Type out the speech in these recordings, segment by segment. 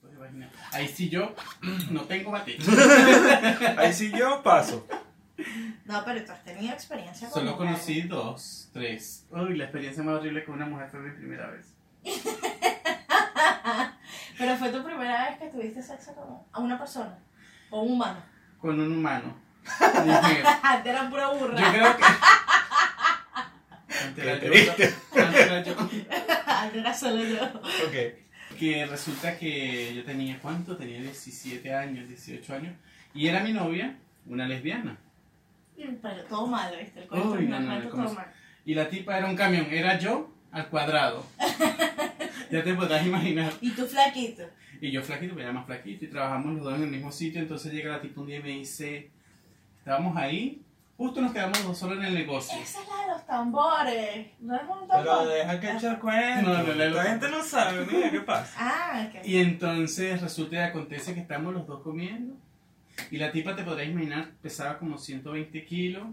no. Pues Ahí sí yo no tengo bate. Ahí sí yo paso. No, pero tú has tenido experiencia con Solo mujeres. conocí dos, tres. Uy, la experiencia más horrible con una mujer fue mi primera vez. pero fue tu primera vez que tuviste sexo con a una persona o un humano. Con un humano. Mujer. Antes era pura burra. Yo creo que. Ante la Qué yoga, ante la yoga. Antes era solo yo. Ok. Que resulta que yo tenía, ¿cuánto? Tenía 17 años, 18 años. Y era mi novia, una lesbiana. Pero todo mal, ¿viste? El cuento, Uy, no, el no, cuento ¿cómo todo es? mal. Y la tipa era un camión, era yo al cuadrado. ya te podrás imaginar. Y tú flaquito. Y yo flaquito, pero era más flaquito, y trabajamos los dos en el mismo sitio. Entonces llega la tipa un día y me dice, estábamos ahí, justo nos quedamos los dos solos en el negocio. Esa es la de los tambores. No es un tambor. Pero deja que echar cuento. No, no, no, no. La gente no sabe, mira, ¿qué pasa? Ah, ok. Y entonces resulta y acontece que estamos los dos comiendo. Y la tipa, te podrás imaginar, pesaba como 120 kilos.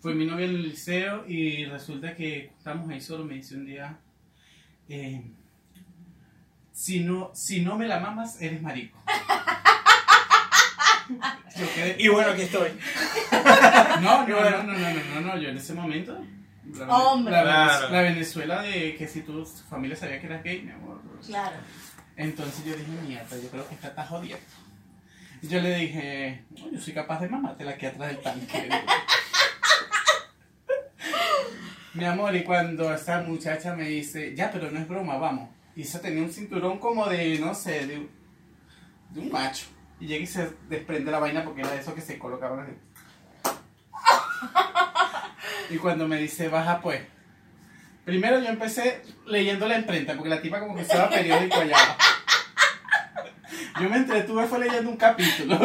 Fue mi novia en el liceo y resulta que estamos ahí solos. Me dice un día, eh, si, no, si no me la mamas, eres marico. Yo quedé- Y bueno, aquí estoy. no, no, no, no, no, no, no, no, yo en ese momento... La, Hombre. la- Claro. la Venezuela de que si tu familia sabía que eras gay, mi amor. pues, Claro. Entonces yo dije, mierda, yo creo que esta está jodiendo. Yo le dije, no, yo soy capaz de mamártela aquí atrás del tanque. Mi amor, y cuando esta muchacha me dice, ya, pero no es broma, vamos. Y esa tenía un cinturón como de, no sé, de, un- de un macho. Y llega y se desprende la vaina porque era de eso que se colocaban así. Y cuando me dice, baja pues. Primero yo empecé leyendo la imprenta, porque la tipa como que estaba periódico allá. Yo me entretuve, fue leyendo un capítulo.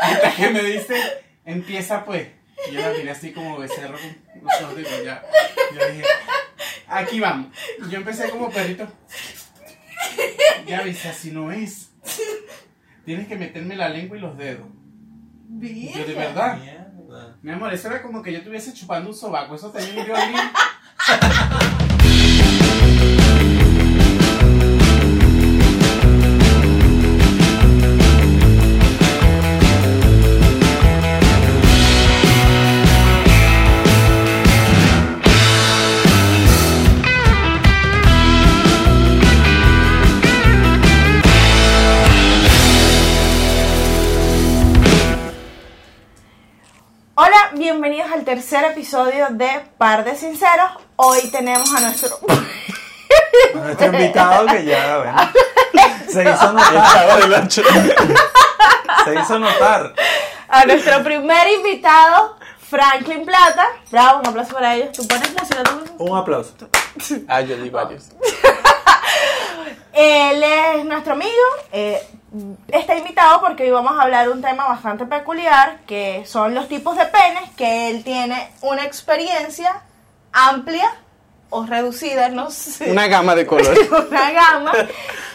Hasta que me dice, empieza pues. Y yo la miré así como becerro con los ojos de allá. Yo dije, aquí vamos. Y yo empecé como perrito. Ya viste, así no es. Tienes que meterme la lengua y los dedos. Virgen. Yo de Ah. verdad. Mierda. Mi amor, eso era como que yo estuviese chupando un sobaco. Eso tenía un violín. Hola, bienvenidos al tercer episodio de Par de Sinceros. Hoy tenemos a nuestro. Nuestro invitado que ya, bueno. Se hizo notar. Se hizo notar. a nuestro primer invitado, Franklin Plata. Bravo, un aplauso para ellos. Tú pones música tú- Un aplauso. Ah, yo di varios. Él es nuestro amigo. eh, está invitado porque hoy vamos a hablar de un tema bastante peculiar, que son los tipos de penes, que él tiene una experiencia amplia o reducida, no sé. Una gama de colores. una gama.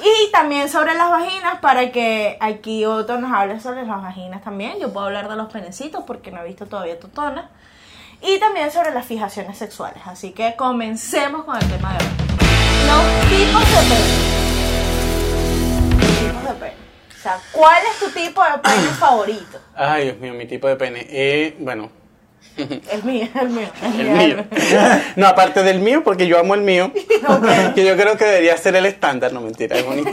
Y también sobre las vaginas, para que aquí Otto nos hable sobre las vaginas también. Yo puedo hablar de los penecitos porque no he visto todavía Totona. Y también sobre las fijaciones sexuales. Así que comencemos con el tema de hoy. Los tipos de pene. Los tipos de pene. O sea, ¿cuál es tu tipo de pene favorito? Ay, Dios mío, mi tipo de pene. Eh, bueno, El mío, el mío. el mío. No, aparte del mío, porque yo amo el mío. Que yo creo que debería ser el estándar, no mentira, es bonito.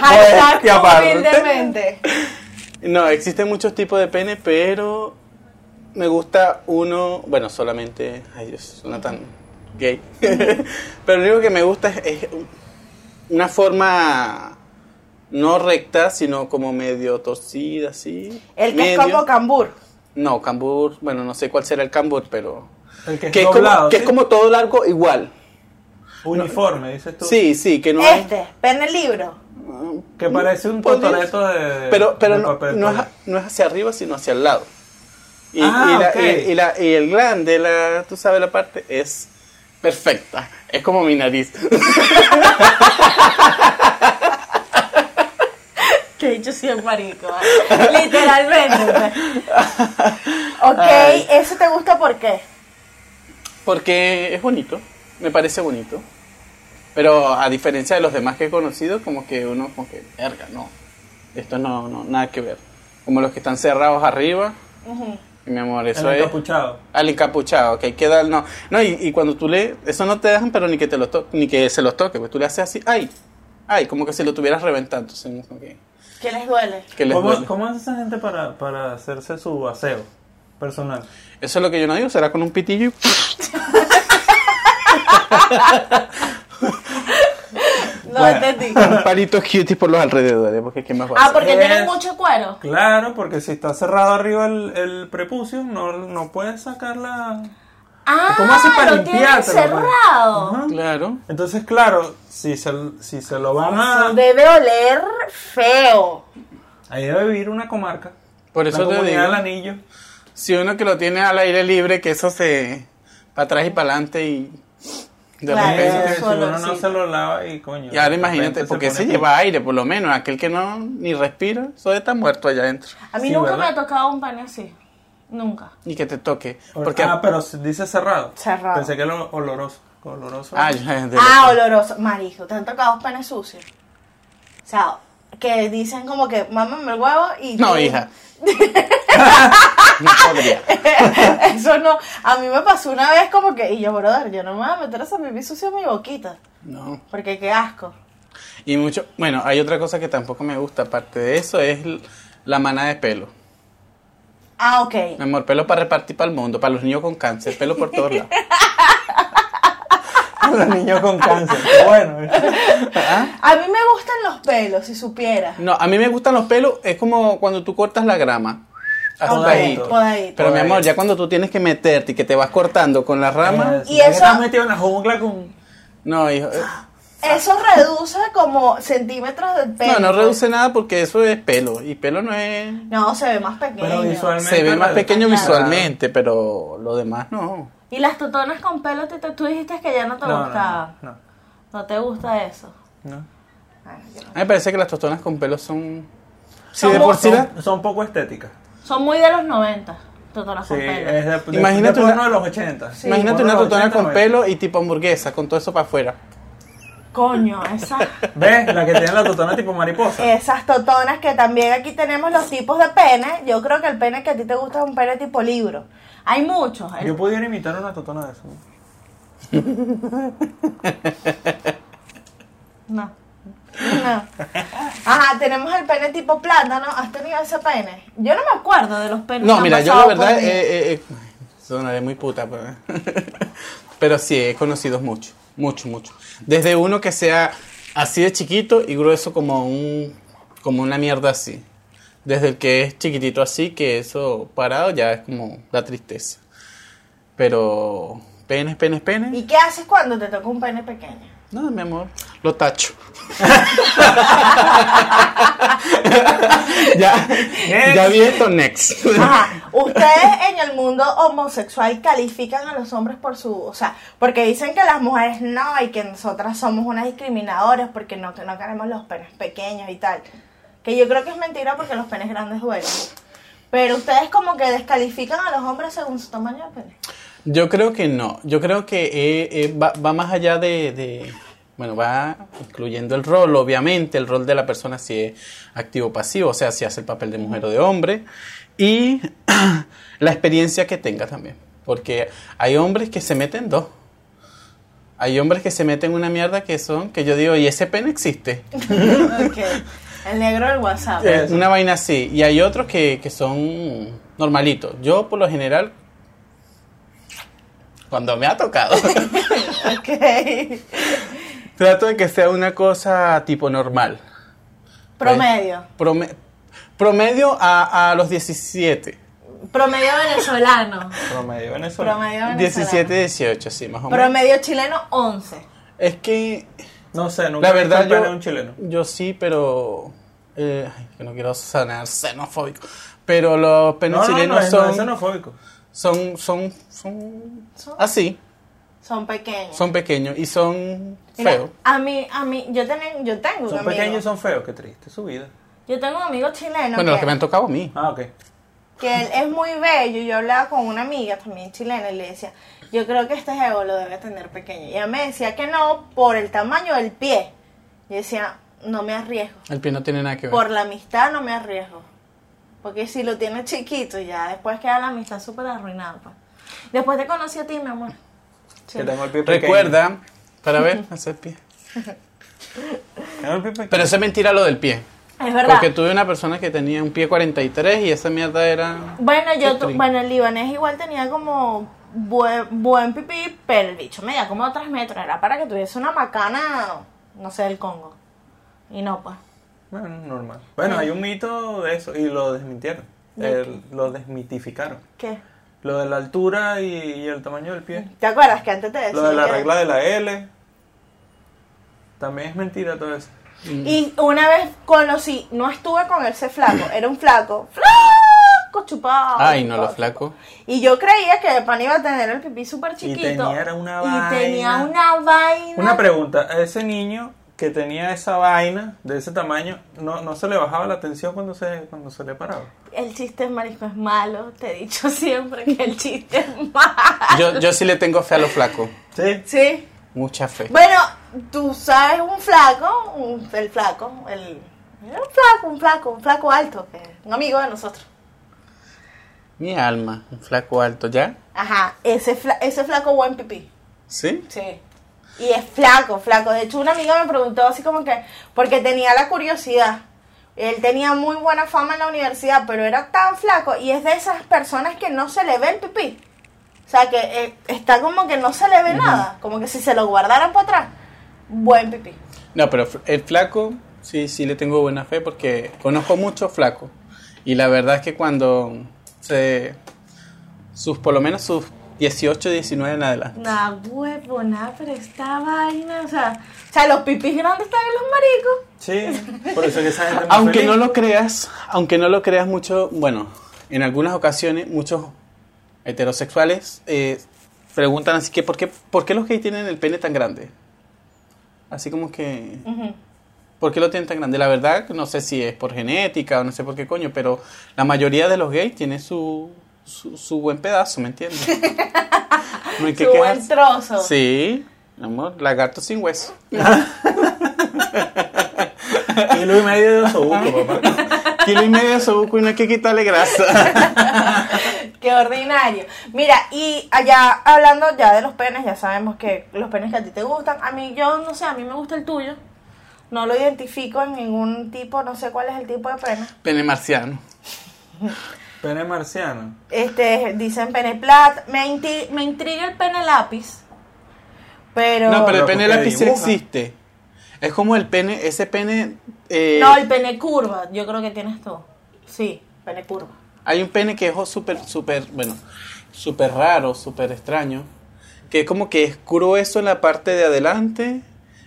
Hashtag Modestia aparte. humildemente. No, existen muchos tipos de pene, pero me gusta uno, bueno, solamente, ay Dios, suena tan gay. pero lo único que me gusta es, es una forma no recta, sino como medio torcida, así. El que es medio. como cambur. No, cambur, bueno, no sé cuál será el cambur, pero... El que Que es, como, que es como todo largo igual. uniforme, dices tú. Sí, sí, que no es... Este, pene libro. Que parece un Podría- totoreto de. Pero, pero de no, papel no es, toalla. no es hacia arriba, sino hacia el lado. Y, Ah, y la- ok. y- y la- y el grande, la, tú sabes, la parte es perfecta. Es como mi nariz. Que he dicho siempre marico, ¿vale? literalmente. ok, Ay. ¿eso te gusta por qué? Porque es bonito, me parece bonito. Pero a diferencia de los demás que he conocido, como que uno, como que, verga, no. Esto no, no, nada que ver. Como los que están cerrados arriba. Y, Mi amor, eso El es. encapuchado. Al encapuchado, que hay que dar, no. No, y, y cuando tú le. Eso no te dejan, pero ni que, te los to- ni que se los toque, pues tú le haces así, ¡ay! ¡ay! Como que si lo tuvieras reventado. Entonces, como que, ¿Qué les duele? que les ¿Cómo, duele. ¿Cómo hace esa gente para, para hacerse su aseo personal? Eso es lo que yo no digo, será con un pitillo. y- No Bueno. Pues entendí. un palito cutie por los alrededores, porque qué más va a Ah, hacer? porque tienen Es- mucho cuero. Claro, porque si está cerrado arriba el, el prepucio, no, no puedes sacarla. Ah, ¿Cómo hace para lo tienen limpiártelo, pues? cerrado. Claro. Entonces, claro, si se, si se lo van a... Debe oler feo. Ahí debe vivir una comarca. Por eso la te comunidad digo. del anillo. Si uno que lo tiene al aire libre, que eso se. para atrás y para adelante y. De Claro. repente. Eso que si solo, uno no sí. se lo lava y Y coño. ahora de repente imagínate, se porque pone se como- lleva aire, por lo menos. Aquel que no ni respira, eso está muerto allá adentro. A mí Sí, nunca ¿verdad? me ha tocado un pan así. Nunca. Y que te toque. Por- Porque. Ah, pero se- dice cerrado. Cerrado. Pensé que era oloroso. Oloroso. Ah, ya, de- Ah, oloroso. Marico, te han tocado panes sucios. O sea, que dicen como que mámame el huevo y. No, tú- hija. no podría. Eso no. A mí me pasó una vez como que. Y yo, brother, yo no me voy a meter ese pipí sucio en mi boquita. No. Porque qué asco. Y mucho. Bueno, hay otra cosa que tampoco me gusta, aparte de eso, es l- la manada de pelo. Ah, ok. Mi amor, pelo para repartir para el mundo, para los niños con cáncer, pelo por todos lados. Los niños con cáncer. Qué bueno. A mí me gustan los pelos, si supiera. ¿Ah? No, a mí me gustan los pelos, es como cuando tú cortas la grama. Hasta Ok, ahí. podadito. Pero mi Podadito. amor, ya cuando tú tienes que meterte y que te vas cortando con la rama. Y eso- Estás metido en la jungla con... No, hijo. eh, Eso reduce como centímetros del pelo. pues. No, no reduce nada porque eso es pelo. Y pelo no es. No, se ve más pequeño. Pero visualmente... Se ve más la- pequeño Claro. visualmente, pero lo demás no. Y las totonas con pelo, te- te- tú dijiste que ya no te No, no, gustaba. no, no, No te gusta eso. no. Ay, yo no. A mí me parece que las tostonas con pelo son. Sí, Son de bo- por sí la- Son, son poco estéticas. Son muy de los 90, totonas Sí, Ah, con pelo. es de, de- Imagínate de una- porno de los 80. Imagínate Porno una de los totona 80, con bueno. pelo y tipo hamburguesa, con todo eso para afuera. Coño, esa- ¿Ves? La que tiene la totona tipo mariposa. esas totonas que también aquí tenemos los tipos de pene. Yo creo que el pene que a ti te gusta es un pene tipo libro. Hay muchos. ¿eh? el- Yo pudiera imitar una totona de eso. No. No. Ajá, tenemos el pene tipo plátano. ¿Has tenido ese pene? Yo no me acuerdo de los penes. que No, han mira, yo la pasado pues, por verdad. mí. Eh, eh, eh, sonaré muy puta, pero. pero sí, he conocido mucho. Mucho, mucho. Desde uno que sea así de chiquito y grueso como un. como una mierda así. Desde el que es chiquitito así, que eso parado ya es como la tristeza. Pero. Penes, penes, penes. ¿Y qué haces cuando te toca un pene pequeño? No, mi amor. Lo tacho. ya, ya vi esto next. Ajá. Ustedes en el mundo homosexual califican a los hombres por su. O sea, porque dicen que las mujeres no y que nosotras somos unas discriminadoras porque no, que no queremos los penes pequeños y tal. Que yo creo que es mentira porque los penes grandes duelen. Pero ustedes como que descalifican a los hombres según su tamaño de pene. Yo creo que no. Yo creo que eh, eh, va, va más allá de, de- Bueno, va incluyendo el rol, obviamente, el rol de la persona si es activo o pasivo, o sea, si hace el papel de mujer o de hombre. Y la experiencia que tenga también. Porque hay hombres que se meten dos. Hay hombres que se meten una mierda que son, que yo digo, y ese pene existe. Ok. El negro del WhatsApp. Eh, una vaina así. Y hay otros que, que son normalitos. Yo, por lo general, cuando me ha tocado, Ok. trato de que sea una cosa tipo normal. Promedio. Prome- promedio a, a los 17. Promedio venezolano. Promedio venezolano. Promedio venezolano. 17, 18, sí, más o menos. Promedio chileno 11. Es que, No sé, nunca la he visto verdad, el pene yo, de un chileno. yo sí, pero... eh, ay, que no quiero sonar xenofóbico. Pero los penes No, no, no, chilenos es- no son, es xenofóbico. son, son, son Son- así. Son pequeños. Son pequeños y son Mira, feos. A mí, a mí, yo, tenen- yo tengo un Son amigo. pequeños y son feos, qué triste, su vida. Yo tengo un amigo chileno Bueno, los que, que me han tocado a mí. Ah, ok. que él es muy bello. Yo hablaba con una amiga también chilena y le decía, Yo creo que este geo lo debe tener pequeño. Y ella me decía que no por el tamaño del pie. Yo decía, no me arriesgo. El pie no tiene nada que ver. Por la amistad no me arriesgo. Porque si lo tienes chiquito, ya después queda la amistad súper arruinada. pues. Después te conocí a ti, mi amor. Sí. Que tengo el pie pequeño. Recuerda, para ver, hacer pie. Tengo el pie pequeño. Pero eso es mentira lo del pie. Es verdad. Porque tuve una persona que tenía un pie 43 y esa mierda era... Bueno, yo, tu- triste. bueno, el libanés igual tenía como buen, buen pipí, pero el bicho medía como 3 metros. Era para que tuviese una macana, no sé, del Congo. Y no, pues. Bueno, normal. Bueno, hay un mito de eso y lo desmintieron. El- lo desmitificaron. ¿Qué? Lo de la altura y, y el tamaño del pie. ¿Te acuerdas que antes te decía? Lo de la que- regla de la L. También es mentira todo eso. Y una vez conocí, no estuve con ese flaco, era un flaco. ¡Flaco! Chupado. Ay, no, lo chupado. flaco. Y yo creía que de pan iba a tener el pipí súper chiquito. tenía era una Y tenía vaina. una vaina. Una pregunta, a ese niño que tenía esa vaina de ese tamaño, ¿no, no se le bajaba la tensión cuando se, cuando se le paraba? El chiste marisco es malo, te he dicho siempre que el chiste es malo. Yo, yo sí le tengo fe a lo flaco. Sí. Sí. Mucha fe. Bueno, tú sabes un flaco, un- el flaco, el era un flaco, un flaco, un flaco alto, que un amigo de nosotros. Mi alma, un flaco alto, ¿ya? Ajá, ese, fla- ese flaco buen pipí. ¿Sí? Sí. Y es flaco, flaco. De hecho, una amiga me preguntó así como que, porque tenía la curiosidad. Él tenía muy buena fama en la universidad, pero era tan flaco y es de esas personas que no se le ve el pipí. O sea, que eh, está como que no se le ve nada, como que si se lo guardaran para atrás. Buen pipí. No, pero fl- el flaco, sí, sí le tengo buena fe porque conozco muchos flacos. Y la verdad es que cuando se... Sus, por lo menos sus 18, 19 en adelante. Nada huevo, nada, pero esta vaina, o sea, o sea, los pipis grandes están en los maricos. Sí, por eso es que esa gente es más Aunque feliz. no lo creas, aunque no lo creas mucho, bueno, en algunas ocasiones muchos heterosexuales eh, preguntan así que ¿por qué, ¿por qué los gays tienen el pene tan grande? Así como que Ujú. ¿por qué lo tienen tan grande? La verdad no sé si es por genética o no sé por qué coño, pero la mayoría de los gays tienen su su, su buen pedazo, ¿me entiendes? No hay que Su buen quejarse. trozo. Sí, mi amor, lagarto sin hueso. Kilo y medio de osobuco, papá. Kilo y medio de sobuco y no hay que quitarle grasa. Qué ordinario. Mira, y allá hablando ya de los penes, ya sabemos que los penes que a ti te gustan, a mí yo no sé, a mí me gusta el tuyo. No lo identifico en ningún tipo, no sé cuál es el tipo de pene. Pene marciano. Pene marciano. Este, dicen pene plat, me, inti- me intriga el pene lápiz. Pero No, pero el Loco, pene que lápiz sí dibuja. existe. Es como el pene, ese pene. eh, No, el pene curva, yo creo que tienes tú. Sí, pene curva. Hay un pene que es o súper, súper, bueno, súper raro, súper extraño. Que es como que es grueso en la parte de adelante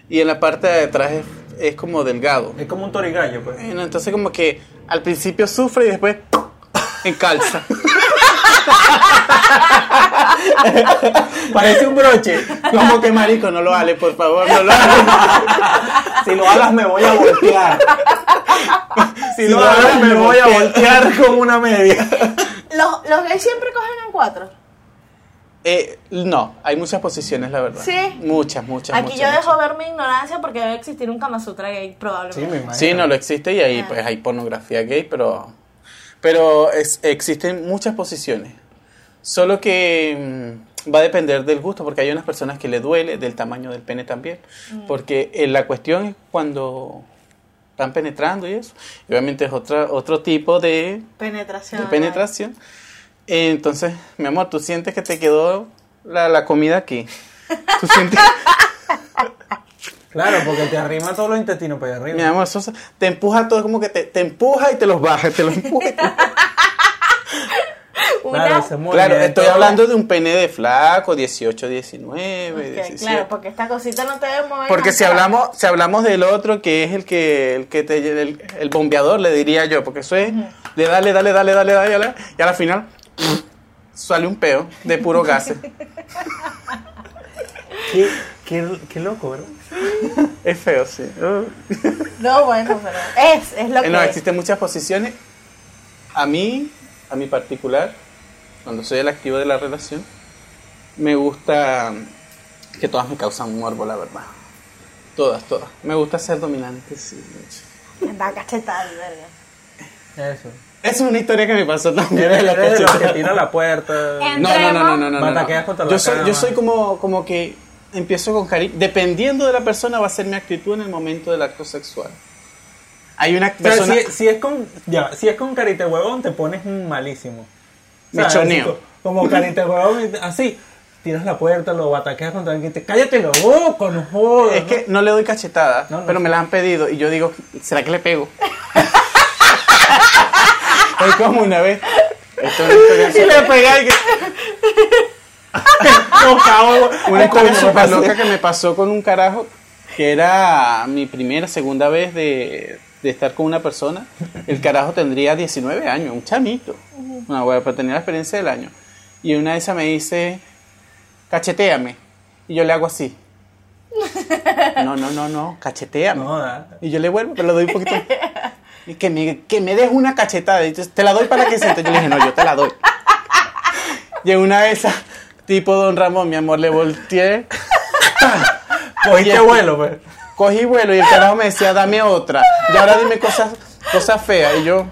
y en la parte de atrás es, es como delgado. Es como un torigallo, pues. Bueno, entonces, como que al principio sufre y después encalza. Parece un broche. como que marico, no lo hale, por favor, no lo hale. Si lo hagas me voy a voltear. Si, Si lo lo hagas hagas, me me voy a volteo. voltear con una media. Los, los gays siempre cogen en cuatro. Eh, no, hay muchas posiciones, la verdad. Sí. Muchas, muchas. Aquí muchas, yo muchas. dejo ver mi ignorancia porque debe existir un Kama Sutra gay, probablemente. Sí, no lo existe y ahí Ah. pues hay pornografía gay, pero pero es- existen muchas posiciones. Solo que mm, va a depender del gusto, porque hay unas personas que le duele, del tamaño del pene también, porque eh, la cuestión es cuando están penetrando y eso. Y obviamente es otra, otro tipo de, de Penetración. penetración. Entonces, mi amor, tú sientes que te quedó la, la comida aquí. Tú sientes, Claro, porque te arrima todos los intestinos para allá mi arriba. amor, eso se- te empuja todo, como que te, te empuja y te los baja, te los empuja y te los Una- Claro, ese movimiento- Claro, estoy hablando de un pene de flaco, 18, 19, Ok, 17. claro, porque esta cosita no te debe mover. Porque tanto. si hablamos, si hablamos del otro que es el que, el que te el, el bombeador, le diría yo, porque eso es de dale, dale, dale, dale, dale, dale, y a la final sale un peo de puro gas. Qué, qué, qué loco, ¿verdad? es feo, sí. Uh. No, bueno, pero es, es lo Eh, que. No, es. existen muchas posiciones. A mí, a mi particular, cuando soy el activo de la relación, Me gusta. Que todas me causan morbo, la verdad. Todas, todas. Me gusta ser dominante, sí. mucho. Me da cachetada, verga. Eso. Es una historia que me pasó también. Eres en la de los que cachetada. tira la puerta. En- No, no, no, no, no, no, no, Bataqueas contra no. la Yo soy, cama. yo soy como, como que empiezo con cariño. Dependiendo de la persona va a ser mi actitud en el momento del acto sexual. Hay una Pero persona... si, si es con ya, si es con carita de huevón te pones malísimo. Me ¿Sabes? choneo. Así Como, como carita de huevón, así tiras la puerta, lo bataqueas contra alguien, te cállate lo boco, no jodas. Es que no le doy cachetada, No, no. pero me las han pedido y yo digo, ¿será que le pego? es como una vez. Esto es una Y historia le súper- no, cabrón. una historia súper loca que me pasó con un carajo que era mi primera, segunda vez de, de estar con una persona. El carajo tendría 19 años, un chamito. Una hueá, pero tenía la experiencia del año. Y una de esas me dice, cacheteame. Y yo le hago así. No, no, no, no, cacheteame. No jodas. Y yo le vuelvo, pero le doy un poquito. Y que me, que me des una cachetada. Y dices, te la doy para que sienta. Yo le dije, no, yo te la doy. Y en una de esas, tipo Don Ramón, mi amor, le volteé. Cogiste vuelo, pues. Cogí vuelo y el carajo me decía, dame otra. Y ahora dime cosas, cosas feas. Y yo.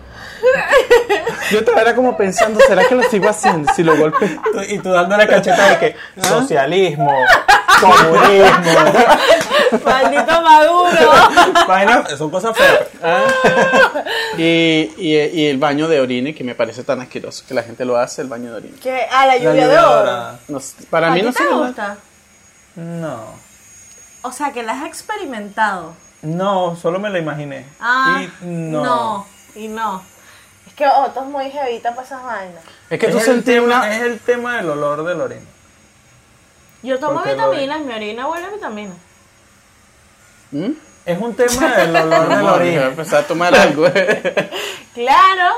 Yo estaba era como pensando, ¿será que lo sigo haciendo? Si lo golpeo. Tú- Y tú dando la cacheta de que ¿Ah? socialismo, comunismo, Maldito Maduro. vainas, son cosas feas. Y, y, y el baño de orine, que me parece tan asqueroso que la gente lo hace, el baño de orine. que a la La lluvia de oro. lloradora. No sé, para mí ¿A no ti se te me da. gusta? No, O sea, que la has experimentado. no, solo me lo imaginé. Ah, Y no. Y no. Es que Otto es muy jevita para esas vainas. Es que tú es el, sentías tema, una. es el tema del olor del orina. Yo tomo Porque lo vitaminas, mi orina huele a vitaminas. ¿Mm? Es un tema del olor del Vamos a orina. empezar a tomar algo. Claro.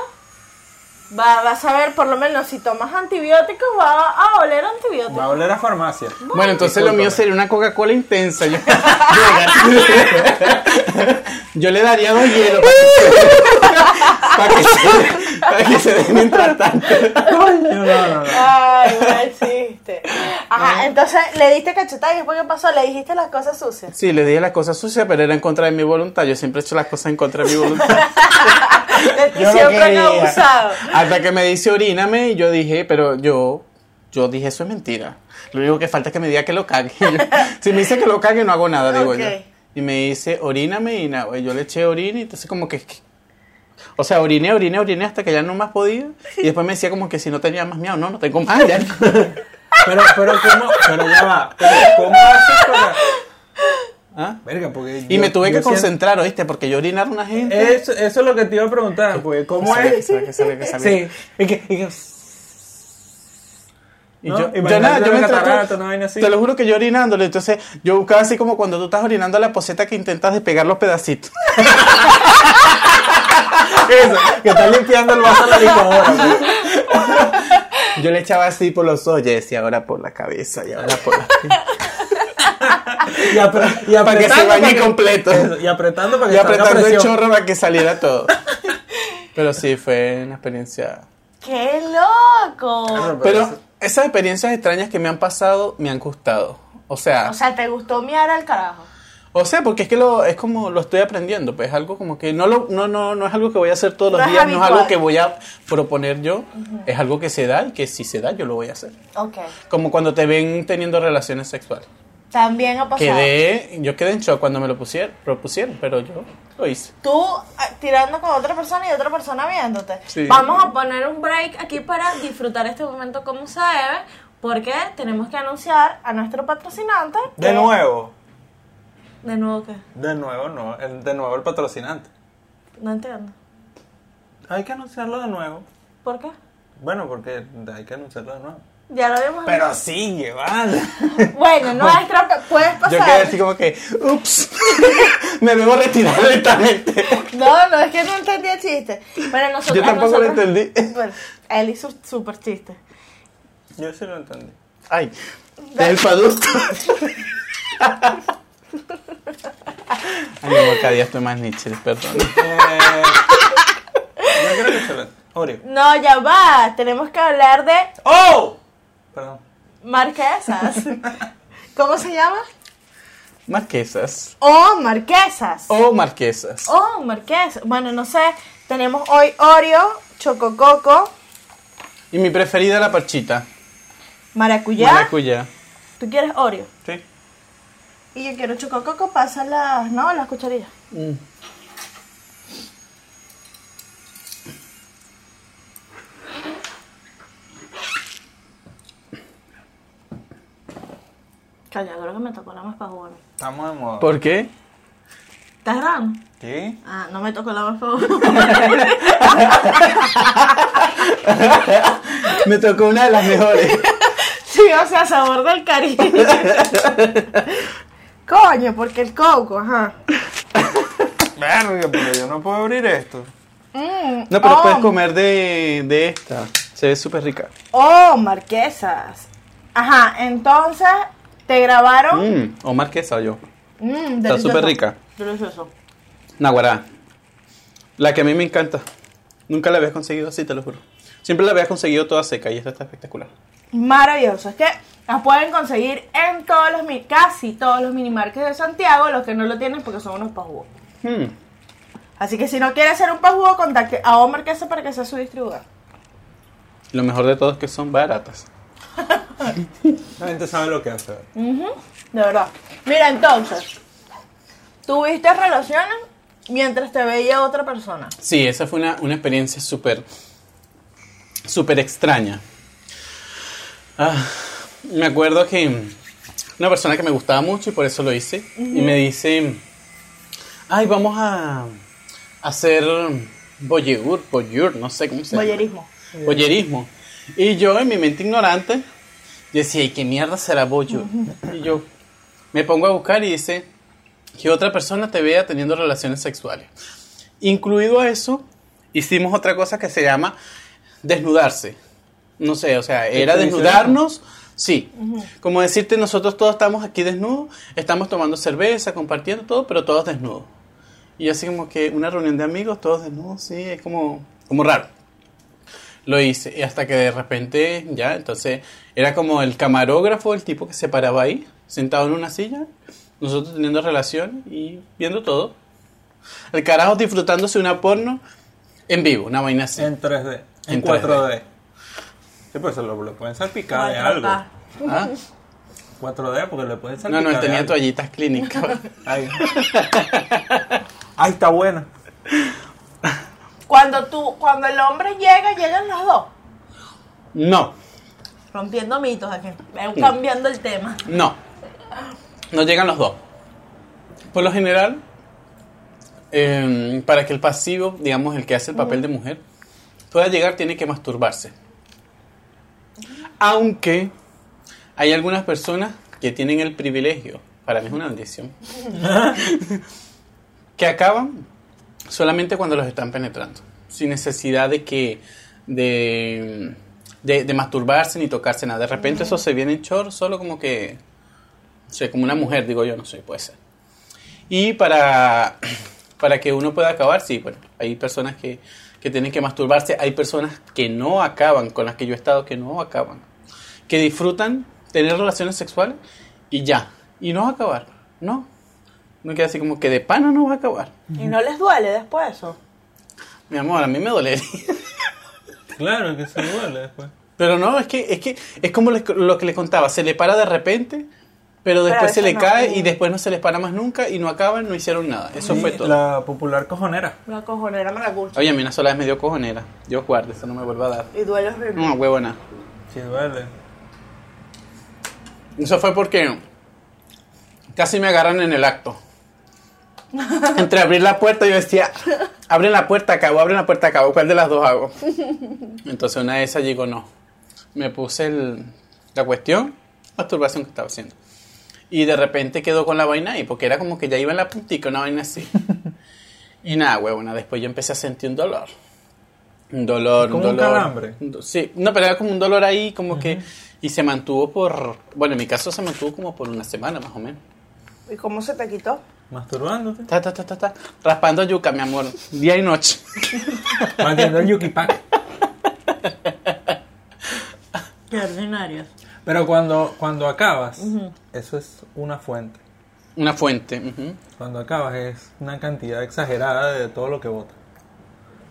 Va, vas a ver, por lo menos si tomas antibióticos, va a oler Va a antibióticos. oler a farmacia. bueno, entonces lo mío Discúlpame. sería una Coca-Cola intensa. Yo, Yo le daría dos hielos para que se, para que se den mientras tanto. No, no, no. Ay, no existe. Ajá, entonces le diste cachetada y después qué pasó, le dijiste las cosas sucias. Sí, le dije las cosas sucias, pero era en contra de mi voluntad. Yo siempre he hecho las cosas en contra de mi voluntad. De ti Yo no siempre han quería. abusado. Hasta que me dice oríname y yo dije, pero yo, yo dije eso es mentira. Lo único que falta es que me diga que lo cague. Y yo, si me dice que lo cague no hago nada, digo Ok. yo. Y me dice oríname y nada, y yo le eché orina y entonces como que... O sea, oriné, oriné, oriné hasta que ya no más podía. Y después me decía como que si no tenía más miedo, no, no tengo más ya. Pero, pero, ¿cómo? Pero ya va. Pero, ¿Cómo haces para.? ¿Ah? Verga, porque. Y yo- me tuve yo que siento- concentrar, ¿oíste? Porque yo orinar a una gente... Eso, eso es lo que te iba a preguntar, porque ¿cómo Sale, es? sale, sale, sale. Sí. Y que, y que- Y ¿no? yo, yo Imagínate nada, yo una me catarata, una vaina así. Te lo juro que yo orinándole, entonces yo buscaba así como cuando tú estás orinando la poseta que intentas despegar los pedacitos. Eso, que está limpiando el vaso de la licuadora. güey. Yo le echaba así por los ojos, y decía ahora por la cabeza y ahora por la Y, apre- y apretando Para que se bañe para que- completo. Eso, y apretando para Y que salga apretando el presión. chorro para que saliera todo. Pero sí, fue una experiencia. ¡Qué loco! Pero esas experiencias extrañas que me han pasado me han gustado. O sea, O sea, ¿te gustó miar al carajo? o sea, porque es que lo, es como lo estoy aprendiendo, pues es algo como que no lo, no, no, no es algo que voy a hacer todos los No es días, no es algo habitual. que voy a proponer yo, es algo que se da y que si se da yo lo voy a hacer. Ok. Como cuando te ven teniendo relaciones sexuales. También ha pasado. Quedé, yo quedé en shock cuando me lo pusieron, propusieron, pero yo lo hice. Tú ah, tirando con otra persona y otra persona viéndote. Sí. Vamos a poner un break aquí para disfrutar este momento como se debe, porque tenemos que anunciar a nuestro patrocinante. De que- nuevo. ¿De nuevo qué? De nuevo, no. el- De nuevo el patrocinante. No entiendo. Hay que anunciarlo de nuevo. ¿Por qué? Bueno, porque hay que anunciarlo de nuevo. Ya lo habíamos Pero sigue, vale. visto. Bueno, nuestra. Puedes pasar. Yo quedé así como que, ups, me debo retirar lentamente. No, no, es que no entendí el chiste. Bueno, Yo nosotros, tampoco a lo nosotros- entendí. Bueno, él hizo súper chiste. Yo sí lo entendí. Ay, es el padusto. Ay, mi amor, cada día estoy más Nietzsche, perdón. Eh, yo creo que se lo Oreo. No, ya va. Tenemos que hablar de ¡Oh! Perdón. Marquesas. ¿Cómo se llama? Marquesas. O marquesas. O marquesas. Oh, marquesas. Bueno, no sé. Tenemos hoy Oreo, Chocococo, Y mi preferida la parchita. Maracuyá. Maracuyá. Tú quieres Oreo. Sí. Y yo quiero Chocococo. Pasa las, ¿no? Las cucharillas. Mm. Calla, creo que me tocó la más para jugar. Estamos de moda. ¿Por qué? ¿Estás grabando? Sí. Ah, no me tocó la más para jugar. Me tocó una de las mejores. sí, o sea, sabor del cariño. Coño, porque el coco, ajá. Verga, pero yo no puedo abrir esto. Mm, No, pero pues, oh, puedes comer de, de esta. Se ve súper rica. Oh, marquesas. Ajá, entonces te grabaron. Mm, o marquesa yo. Mm, Está delicioso. súper rica. Delicioso. Naguará. La que a mí me encanta. Nunca la habías conseguido así, te lo juro. Siempre la habías conseguido toda seca y esta está espectacular. Maravilloso. Es que las pueden conseguir en todos los mi- casi todos los minimarkets de Santiago. Los que no lo tienen porque son unos pajugos. Mm. Así que si no quiere ser un pajugo, contacte a Omar Marquesa para que sea su distribuidor. Lo mejor de todo es que son baratas. La gente sabe lo que hace. De verdad. Mira, entonces, tuviste relaciones mientras te veía otra persona. Sí, esa fue una, una experiencia súper, súper extraña. Ah, me acuerdo que una persona que me gustaba mucho y por eso lo hice, y me dice, ay, vamos a hacer voyeur, voyeur, no sé cómo se llama. Boyerismo. Boyerismo. Eh, Y yo, en mi mente ignorante, decía, ¿y qué mierda será voyeur? Y yo me pongo a buscar y dice, que otra persona te vea teniendo relaciones sexuales. Incluido eso, hicimos otra cosa que se llama desnudarse. No sé, o sea, era te dice desnudarnos, sí. Como decirte, nosotros todos estamos aquí desnudos, estamos tomando cerveza, compartiendo todo, pero todos desnudos. Y así como que una reunión de amigos, todos desnudos, sí, es como, como raro. Lo hice, y hasta que de repente, ya, entonces, era como el camarógrafo, el tipo que se paraba ahí, sentado en una silla, nosotros teniendo relación y viendo todo. El carajo disfrutándose una porno en vivo, una vaina así. En 3D. En, En 4D. Sí, pues se lo, lo pueden salpicar de algo. Cuatro, 4 4D porque le pueden salpicar ¿Ah? No, no, él de tenía algo. toallitas clínicas. Ay. Ay, está buena. Cuando tú, cuando el hombre llega, llegan los dos. No, Rompiendo mitos aquí. Eh, Cambiando el tema. no. No llegan los dos. Por lo general, eh, para que el pasivo, digamos, el que hace el papel de mujer, pueda llegar, tiene que masturbarse. Aunque hay algunas personas que tienen el privilegio, para mí es una bendición, que acaban solamente cuando los están penetrando, sin necesidad de que de, de, de masturbarse ni tocarse nada. De repente eso se viene en short, solo como que, o sea, como una mujer, digo yo, no sé, puede ser. Y para, para que uno pueda acabar, sí, bueno, hay personas que, que tienen que masturbarse, hay personas que no acaban, con las que yo he estado, que no acaban, que disfrutan tener relaciones sexuales y ya, y no va a acabar, no. No queda así como que de pana no va a acabar. Y no les duele después eso. Mi amor, a mí me dolería. Claro que se duele después. Pero no, es que es, que, es como les- lo que le contaba, se le para de repente, pero después se veces le no. cae y después no se les para más nunca y no acaban, no hicieron nada. Eso Y fue todo. La popular cojonera. La cojonera me la curso. Oye, a mí una sola vez me dio cojonera. Dios guarde, eso no me vuelva a dar. Y duele horrible. No, huevona. Sí, duele. Eso fue porque casi me agarran en el acto. Entre abrir la puerta yo decía, abren la puerta, acabo, abren la puerta, acabo, ¿cuál de las dos hago? Entonces una de esas llegó, no. Me puse el- la cuestión, masturbación que estaba haciendo. Y de repente quedó con la vaina ahí, porque era como que ya iba en la puntica, una vaina así. Y nada, huevona, después yo empecé a sentir un dolor. Un dolor, Como un un dolor. calambre. do- Sí, no, pero era como un dolor ahí, como que. Y se mantuvo por. Bueno, en mi caso se mantuvo como por una semana más o menos. ¿Y cómo se te quitó? Masturbándote. Ta, ta, ta, ta, ta. Raspando yuca, mi amor. Día y noche. Manteniendo el Yuki Pack. Qué ordinario. Pero cuando, cuando acabas, eso es una fuente. Una fuente. ujú. Cuando acabas es una cantidad exagerada de todo lo que botas.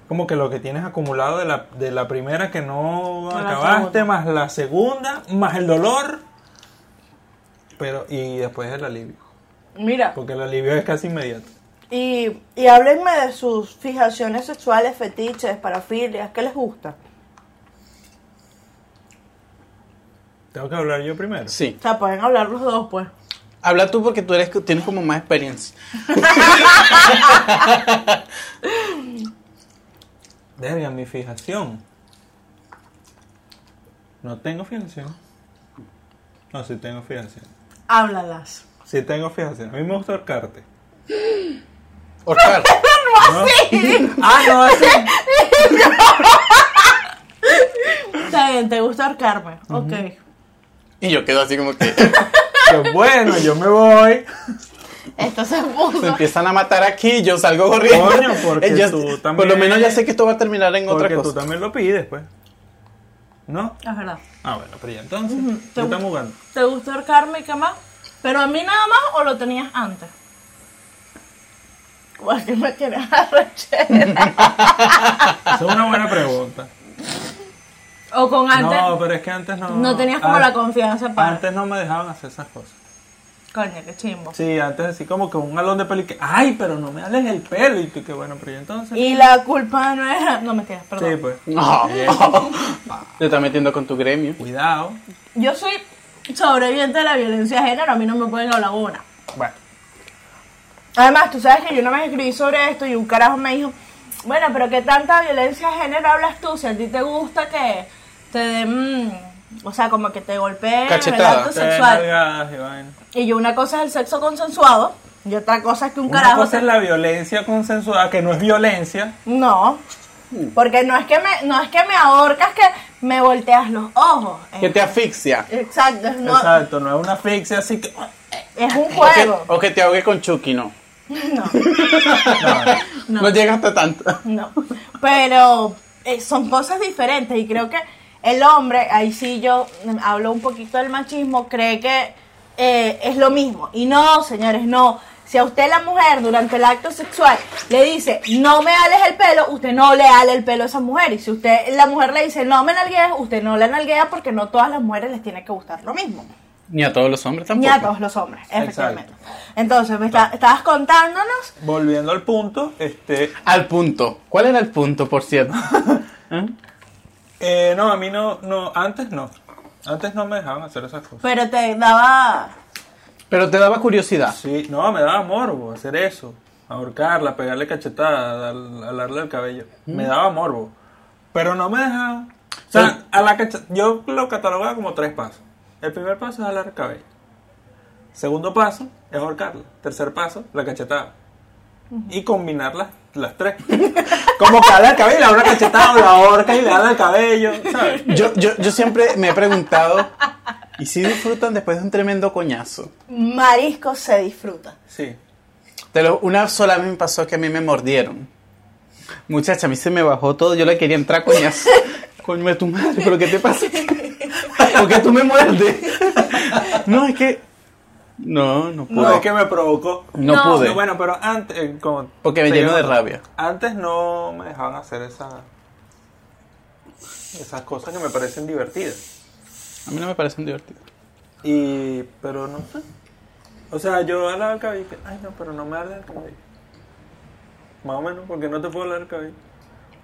Como que lo que tienes acumulado de la, de la primera que no Más la acabaste, segunda. más la segunda, más el dolor. Pero, y después el alivio. Mira, Porque el alivio es casi inmediato. y, y háblenme de sus fijaciones sexuales, fetiches, parafilias, ¿qué les gusta? Tengo que hablar yo primero. Sí. O sea, pueden hablar los dos, pues. Habla tú porque tú eres, tienes como más experiencia. Verga, mi fijación. No tengo fijación. No, sí tengo fijación. Háblalas. Sí tengo fijación. A mí me gusta ahorcarte. Oscar. ¿no? ah, no, así. Está bien, te gusta ahorcarme. Ok. Y yo quedo así como que Pero bueno, yo me voy. Esto se se puso. empiezan a matar aquí, yo salgo corriendo. Coño, porque Eh, ya- tú Por lo también- menos ya sé que esto va a terminar en otra Porque tú cosa. también lo pides, pues. ¿No? Es verdad. Ah, bueno, pero ya entonces. te- ¿Qué estamos jugando? ¿Te gusta ahorcarme y qué más? ¿Pero a mí nada más o lo tenías antes? Igual que me tienes arrechera. Esa es una buena pregunta. o con antes. No, No, pero es que antes no. tenías como an- la confianza para. Antes no me dejaban hacer esas cosas. Coño, qué chimbo. Sí, antes así como que un galón de pelo y que, ay, pero no me ales el pelo. Y tú, que bueno, pero ya entonces. Y la culpa no era. No me tiras, Sí, perdón. pues. No, te está metiendo con tu gremio. Cuidado. Yo soy sobreviviente de la violencia de género, a mí no me pueden hablar una. Bueno, Además, tú sabes que yo una vez escribí sobre esto y un carajo me dijo, bueno, pero ¿qué tanta violencia de género hablas tú? Si a ti te gusta que te den, mm, o sea, como que te golpeen el Cachetada. acto te ven sexual. nalgadas y vaina. Y yo una cosa es el sexo consensuado y otra cosa es que un Una carajo... cosa te- es la violencia consensuada, que no es violencia. No, porque no es, que me, no es que me ahorcas que me volteas los ojos. Que te asfixia. Exacto, es, no- Exacto, no es una asfixia así que. es un O que, juego. o que te ahogue con Chucky, no. No. No, no. No, llega hasta tanto. No, pero eh, son cosas diferentes y creo que el hombre, ahí sí yo mm, hablo un poquito del machismo, cree que eh, es lo mismo. Y no, señores, no. Si a usted la mujer durante el acto sexual le dice, no me ales el pelo, usted no le ale el pelo a esa mujer. Y si usted la mujer le dice, no me nalgueas, usted no la nalguea porque no todas las mujeres les tiene que gustar lo mismo. Ni a todos los hombres Ni tampoco. a todos los hombres, efectivamente. Entonces, me está- estabas contándonos Volviendo al punto, este, Al punto. ¿Cuál era el punto, por cierto? ¿Eh? eh, no, a mí no, no, antes no, antes no me dejaban hacer esas cosas. pero te daba... Pero te daba curiosidad. Sí, no, me daba morbo hacer eso, ahorcarla, pegarle cachetada, al- alarle el cabello, me daba morbo, pero no me dejaban. O Sí. sea, a la cacha- yo lo catalogaba como tres pasos. El primer paso es alargar el cabello. Segundo paso es ahorcarla. Tercer paso, la cachetada. Y combinar las, las tres. Como que alarga el cabello, le da una cachetada, o la ahorca y le alarga el cabello, ¿sabes? Yo, yo, yo siempre me he preguntado, ¿y si disfrutan después de un tremendo coñazo? Marisco se disfruta. Sí. Te lo- una sola vez me pasó que a mí me mordieron. Muchacha, a mí se me bajó todo, yo le quería entrar a coñazo. Coño de tu madre, ¿pero qué te pasa? ¿Por qué tú me muerdes? No, es que... No, no pude. No, es que me provocó. No No. pude. bueno, pero antes. eh, como- Porque me lleno de rabia. Antes no me dejaban hacer esa, esas cosas que me parecen divertidas. A mí no me parecen divertidos. Y. Pero no sé. O sea, yo hablaba el cabello y que, ay, no, pero no me arde el cabello. Más o menos, porque no te puedo hablar el cabello.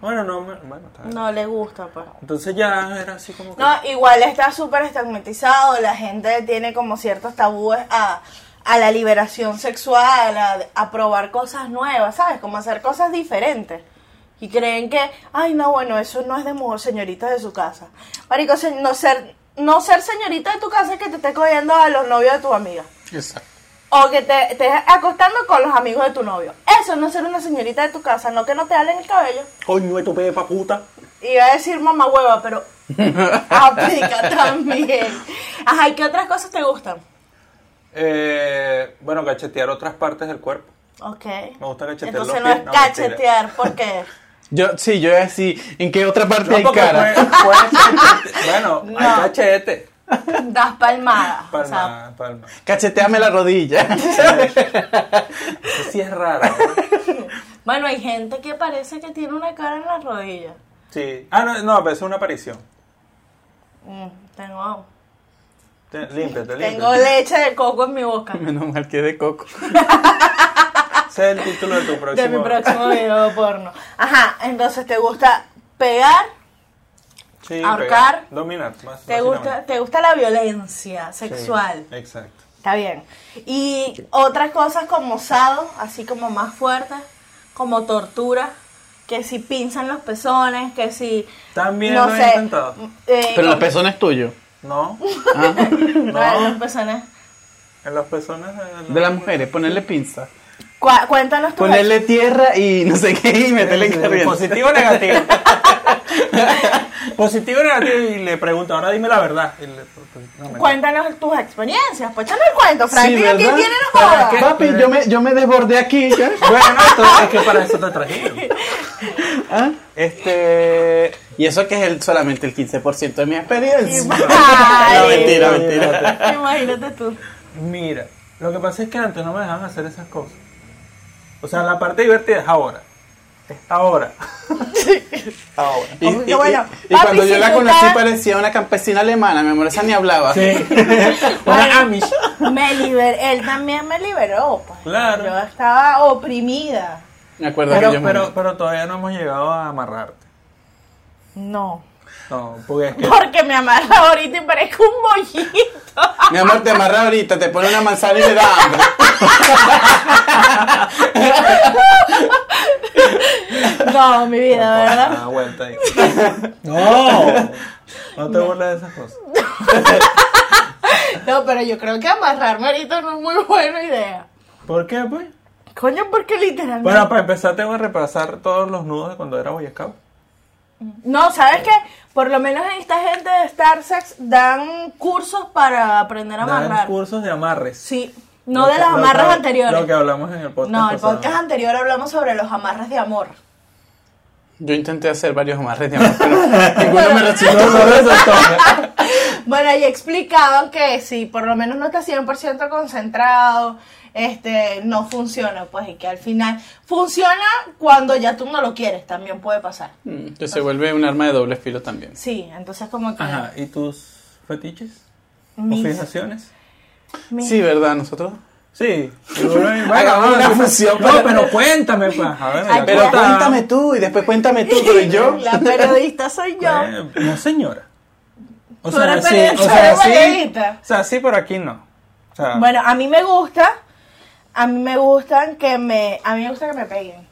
Bueno, no, me- bueno, está bien. No le gusta, pues. Entonces ya era así como que. No, igual está súper estigmatizado, la gente tiene como ciertos tabúes a, a la liberación sexual, a, a probar cosas nuevas, ¿sabes? Como hacer cosas diferentes. Y creen que, ay, no, bueno, eso no es de mujer señorita de su casa. Marico, se- no ser, no ser señorita de tu casa es que te esté cogiendo a los novios de tu amiga. Exacto. O que te estés acostando con los amigos de tu novio. Eso no es ser una señorita de tu casa, no que no te halen el cabello. Coño, de tu pepa puta. Iba a decir mamá hueva, pero aplica también. Ajá, ¿y qué otras cosas te gustan? Eh, bueno, cachetear otras partes del cuerpo. Ok. Me gusta cachetear los Entonces no pies, es no, cachetear, porque Yo, sí, yo así, ¿en qué otra parte No, hay porque cara? fue- fue cachete. bueno, No. hay pues, cachete. Das palmadas. o sea, Palma, palma. Cacheteame la rodilla. Eso sí es raro. ¿no? bueno, hay gente que parece que tiene una cara en la rodilla. Sí. Ah, no, no, pero es una aparición. Mm, tengo, Te- Límpiate, tengo límpiate. leche de coco en mi boca. Menos mal que de coco. Ese es el título de tu próximo. De mi próximo video porno. Ajá, entonces te gusta pegar, Sí, Ahorcar. pegar. Dominar. más- te gusta, básicamente. te gusta la violencia Sí, sexual. exacto. Está bien. Y otras cosas como osado, así como más fuertes, como tortura, que si pinzan los pezones, que si... También no lo he sé, intentado. eh, Pero la como- persona es tuyo. No, Ah, no, no. los pezones. en las personas. eh, no. De las mujeres, ponerle pinza. Cuá- Cuéntanos tú. Ponerle tierra y no sé qué y meterle en corriente. Positivo o negativo. Positivo o negativo. Y le pregunto, ahora dime la verdad. Y le- pues, no, mentira. Cuéntanos tus experiencias, pues échame el cuento, Frank, Sí, que aquí ¿verdad? tiene no Pero joda. es que- Papi, yo me, yo me desbordé aquí. ¿ya? Bueno, entonces es que para eso te trajeron. ¿Ah? Este. Y eso que es el, solamente el 15% de mi experiencia. Ay. No, mentira, mentira. Imagínate tú. Mira, lo que pasa es que antes no me dejaban hacer esas cosas. O sea, la parte divertida es ahora. Es ahora. ahora. Y, Ojo, y- qué bueno. y- y cuando Papi, yo si la tú conocí estás- parecía una campesina alemana, mi amor, esa ni hablaba. Sí. Una Amish. Me liber... Él también me liberó, pues. Claro. Yo estaba oprimida. Me acuerdo que Pero, yo me- pero, pero todavía no hemos llegado a amarrarte. No. No, porque es que. Porque me amarra ahorita y parezco un bollito. Mi amor, te amarra ahorita, te pone una manzana y le da hambre. No, mi vida, ¿verdad? Ah, vuelta ahí. No. No te burles de esas cosas. No, pero yo creo que amarrarme ahorita no es muy buena idea. ¿Por qué, pues? Coño, porque literalmente. Bueno, para empezar, tengo que repasar todos los nudos de cuando era Boy Scout. No, ¿sabes qué? Por lo menos en esta gente de Star Sex dan cursos para aprender a Dan amarrar. cursos de amarres. Sí, no Lo de que- las lo amarras que- anteriores. Lo que hablamos en el podcast. no, el pasado. podcast anterior hablamos sobre los amarres de amor. Yo intenté hacer varios amarres de amor, pero ninguno me resultó. No, no resultó. Bueno, ahí explicaban que si por lo menos no estás 100% concentrado, este, no funciona, pues, y que al final funciona cuando ya tú no lo quieres, también puede pasar. Mm, Que se vuelve un arma de doble filo también. Sí, entonces como que... Ajá, ¿y tus fetiches? ¿O mis- fijaciones? mis- Sí, ¿verdad? Nosotros. Sí. Hagamos una fusión No, para- pero cuéntame, pues. A ver, Ay, la Pero cuota- cuéntame tú y después cuéntame tú, pero yo. La periodista soy yo. Eh, no, señora. O Tú eres sí, o periodista, sea, eres sí, periodista. o sea, sí, pero aquí no. O sea, Bueno, a mí me gusta, a mí me gustan que me, a mí me gusta que me peguen.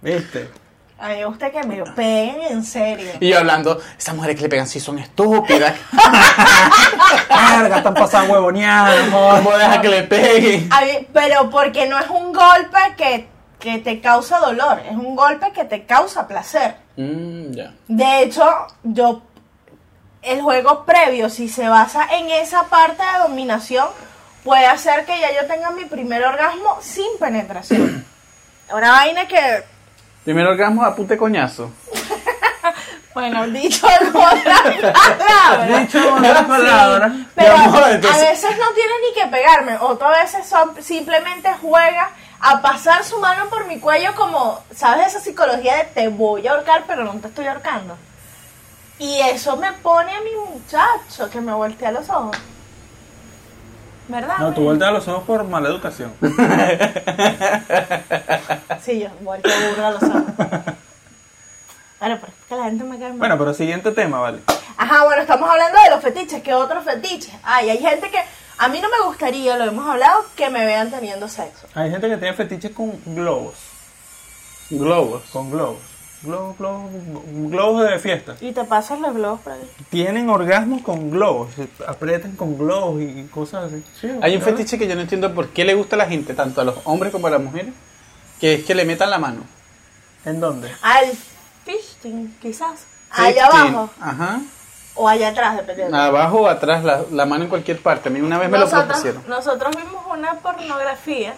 viste. A mí me gusta que me peguen en serio. Y yo hablando, esas mujeres que le pegan sí son estúpidas. Carga, están pasando huevoneadas, amor. ¿Cómo deja que le peguen? A mí- pero porque no es un golpe que, que te causa dolor, es un golpe que te causa placer. Mm, ya. De hecho, yo el juego previo, si se basa en esa parte de dominación, puede hacer que ya yo tenga mi primer orgasmo sin penetración. Una vaina que, Primer orgasmo a pute coñazo. bueno, dicho en otras palabras. Dicho en otras palabras. Sí, pero Mi amor, a- entonces- a veces no tienes ni que pegarme, otras veces son- simplemente juega a pasar su mano por mi cuello como, ¿sabes? Esa psicología de te voy a ahorcar, pero no te estoy ahorcando. Y eso me pone a mi muchacho que me voltea los ojos. ¿Verdad? No, tú güey? volteas los ojos por mala educación. Sí, yo volteo burda los ojos. Bueno, pero es que la gente me cae mal. Bueno, pero siguiente tema, vale. Ajá, bueno, estamos hablando de los fetiches. ¿Qué otros fetiches? Ay, hay gente que. A mí no me gustaría, lo hemos hablado, que me vean teniendo sexo. Hay gente que tiene fetiches con globos. Globos. Con globos. Globos, globos, globos de fiesta. Y te pasas los globos por ahí. tienen orgasmos con globos, se aprietan con globos y cosas así. Sí, Hay un ¿verdad? fetiche que yo no entiendo por qué le gusta a la gente, tanto a los hombres como a las mujeres, que es que le metan la mano. ¿En dónde? Al fisting, quizás. Sí, Allá abajo. sí. Ajá. O allá atrás, dependiendo. Abajo o atrás, la, la mano en cualquier parte. A mí una vez me lo nosotros, propusieron. nosotros vimos una pornografía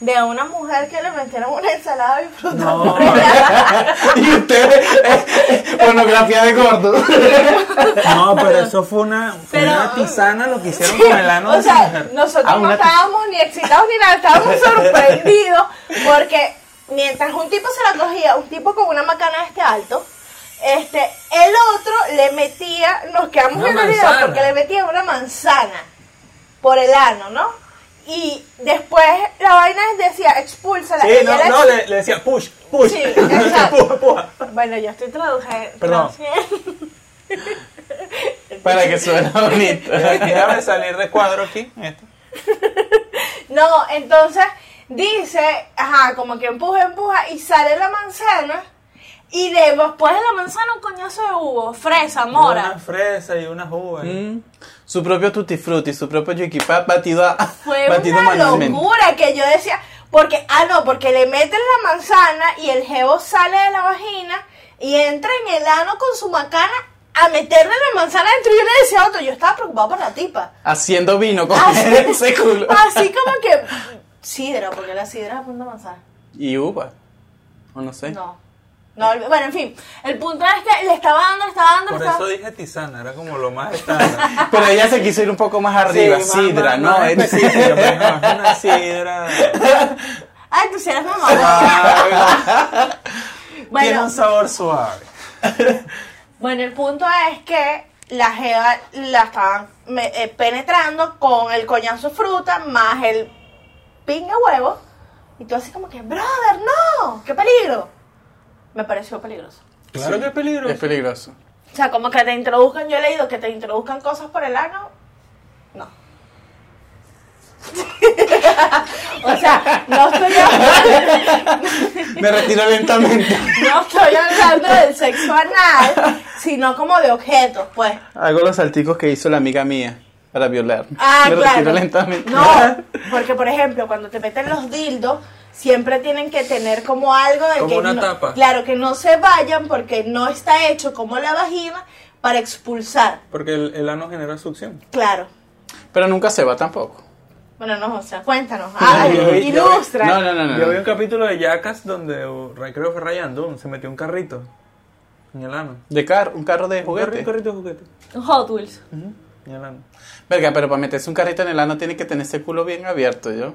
de a una mujer que le metieron una ensalada y fruta. No. y ustedes, eh, eh, pornografía de gordo. No, pero eso fue una, fue Pero- una tisana lo que hicieron con el ano o de esa sea, mujer. nosotros Ah, no una- estábamos ni excitados ni nada, estábamos sorprendidos porque mientras un tipo se la cogía, un tipo con una macana de este alto, este, el otro le metía, nos quedamos Una en el video manzana. porque le metía una manzana por el ano, ¿no? Y después la vaina decía expúlsala. Sí, ella no, la no, le, le decía push, push. Sí, exacto. Puja, puja. Bueno, yo estoy traduciendo. Perdón. Para que suene bonito. Déjame salir de cuadro aquí. esto. No, entonces dice, ajá, como que empuja, empuja y sale la manzana. Y de- después de la manzana un coñazo de hubo, fresa, Y Una mora. fresa y una ¿eh? uvas. Su propio Tutti Frutti, su propio Yuki Pap batido, a, Fue batido una manualmente. locura que yo decía, porque, ah, no, porque le meten la manzana y el jevo sale de la vagina y entra en el ano con su macana a meterle la manzana dentro y yo le decía a otro, yo estaba preocupada por la tipa. Haciendo vino Ah, con ese Así, culo. así como que mm, sidra, porque la sidra es a punta de manzana. Y uva. O no sé. No. No, el- bueno, en fin, el punto es que le estaba dando, le estaba dando, le Por estaba eso dije tisana, era como lo más estándar. Pero ella se quiso ir un poco más arriba. Sí, más- sidra, más- ¿no? más Es- específico, pero no, es una sidra. Ay, Ah, tú sí eres mamá. suave, Ah, Tiene bueno, un sabor suave. bueno, el punto es que la jeva la estaban me- eh, penetrando con el coñazo fruta más el pinga huevo. Y tú así como que, brother, no, qué peligro. Me pareció peligroso. Claro que es peligroso. Es peligroso. O sea, como que te introduzcan, yo he leído que te introduzcan cosas por el ano. No. o sea, no estoy hablando, Me retiro lentamente. no estoy hablando del sexo anal, sino como de objetos, pues. Hago los salticos que hizo la amiga mía para violarme. Ah, Me claro. retiro lentamente. No, porque por ejemplo, cuando te meten los dildos, siempre tienen que tener como algo de Como que una no- tapa. claro que no se vayan porque no está hecho como la vagina para expulsar. Porque el, el ano genera succión. Claro. Pero nunca se va tampoco. Bueno, no, o sea, cuéntanos. Ay, yo vi- yo vi- ilustra. No, no, no, no. Yo vi un capítulo de Yacas donde uh, Recreo Ferrari Andón se metió un carrito en el ano. De carro, un carro de Un carrito, juguete. un carrito de juguete. Hot Wheels. En el ano. Verga, pero para meterse un carrito en el ano tiene que tener ese culo bien abierto, ¿yo?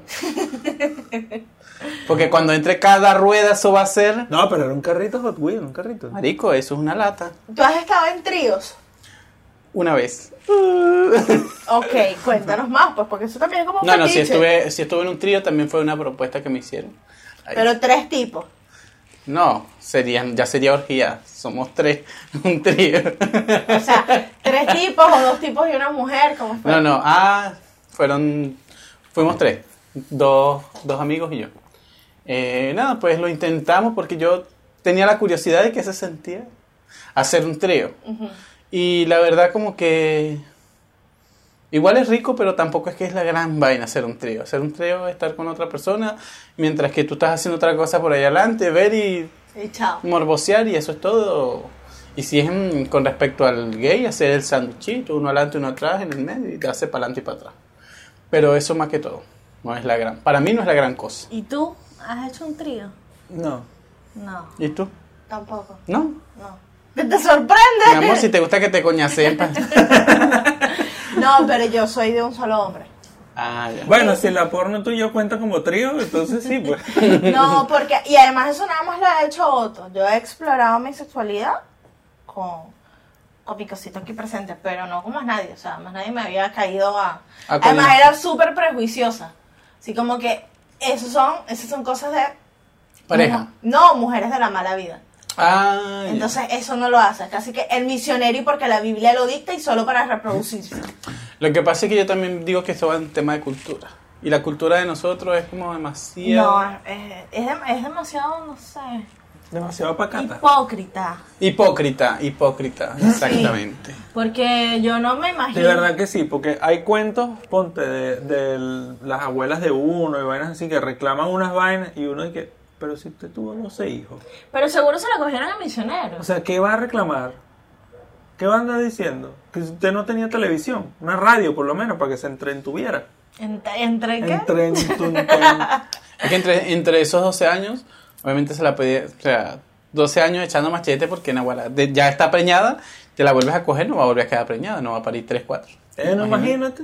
Porque cuando entre cada rueda eso va a ser... No, pero era un carrito Hot Wheels, un carrito. Marico, eso es una lata. ¿Tú has estado en tríos? Una vez. Ok, cuéntanos más, pues, porque eso también es como un No, no, si fetiche. estuve, si estuve en un trío también fue una propuesta que me hicieron. Ahí. Pero tres tipos. No, serían, ya sería orgía. Somos tres, un trío. O sea, tres tipos o dos tipos y una mujer, como fue. No, no, ah, fueron, fuimos tres, dos, dos amigos y yo. Eh, nada, pues lo intentamos porque yo tenía la curiosidad de qué se sentía hacer un trío. Ujú. Y la verdad como que igual es rico, pero tampoco es que es la gran vaina hacer un trío. Hacer un trío es estar con otra persona mientras que tú estás haciendo otra cosa por ahí adelante, ver y Y chao. morbosear y eso es todo. Y si es mm, con respecto al gay, hacer el sándwichito, uno adelante, uno atrás, en el medio, y te hace para adelante y para atrás. Pero eso más que todo, no es la gran, para mí no es la gran cosa. ¿Y tú has hecho un trío? No. No, ¿Y tú? tampoco. ¿No? No. ¿Te, te sorprende? Mi amor, si te gusta que te coñacen. pa- No, pero yo soy de un solo hombre. Ah, ya. Bueno, si la porno tú y yo cuenta como trío, entonces sí, pues. No, porque. Y además, eso nada más lo ha hecho otro. Yo he explorado mi sexualidad con, con mi cosito aquí presente, pero no con más nadie. O sea, más nadie me había caído a. Ah, coño. además, era súper prejuiciosa. Así como que. Esos son, esas son cosas de. Pareja. No, mujeres de la mala vida. Ah, ya. Entonces, eso no lo haces. Así que el misionero, y porque la Biblia lo dicta y solo para reproducirse. Lo que pasa es que yo también digo que esto va en tema de cultura. Y la cultura de nosotros es como demasiado... No, es, es dem- es demasiado, no sé, Demasiado pacata. hipócrita. Hipócrita, hipócrita, exactamente. Porque yo no me imagino. De verdad que sí, porque hay cuentos, ponte, de, de las abuelas de uno y vainas así que reclaman unas vainas y uno dice, pero si usted tuvo 12 hijos. Pero seguro se la cogieron a misioneros. O sea, ¿qué va a reclamar? ¿Qué va a andar diciendo? Que usted no tenía televisión, una radio por lo menos, para que se entretuviera. ¿Entre, entre qué? Entren- tu- entren- Es que entre, entre esos 12 años, obviamente se la pedía, o sea, 12 años echando machete porque Nahuala de- ya está preñada, te la vuelves a coger, no va a volver a quedar preñada, no va a parir 3, 4. Eh, no, imagínate.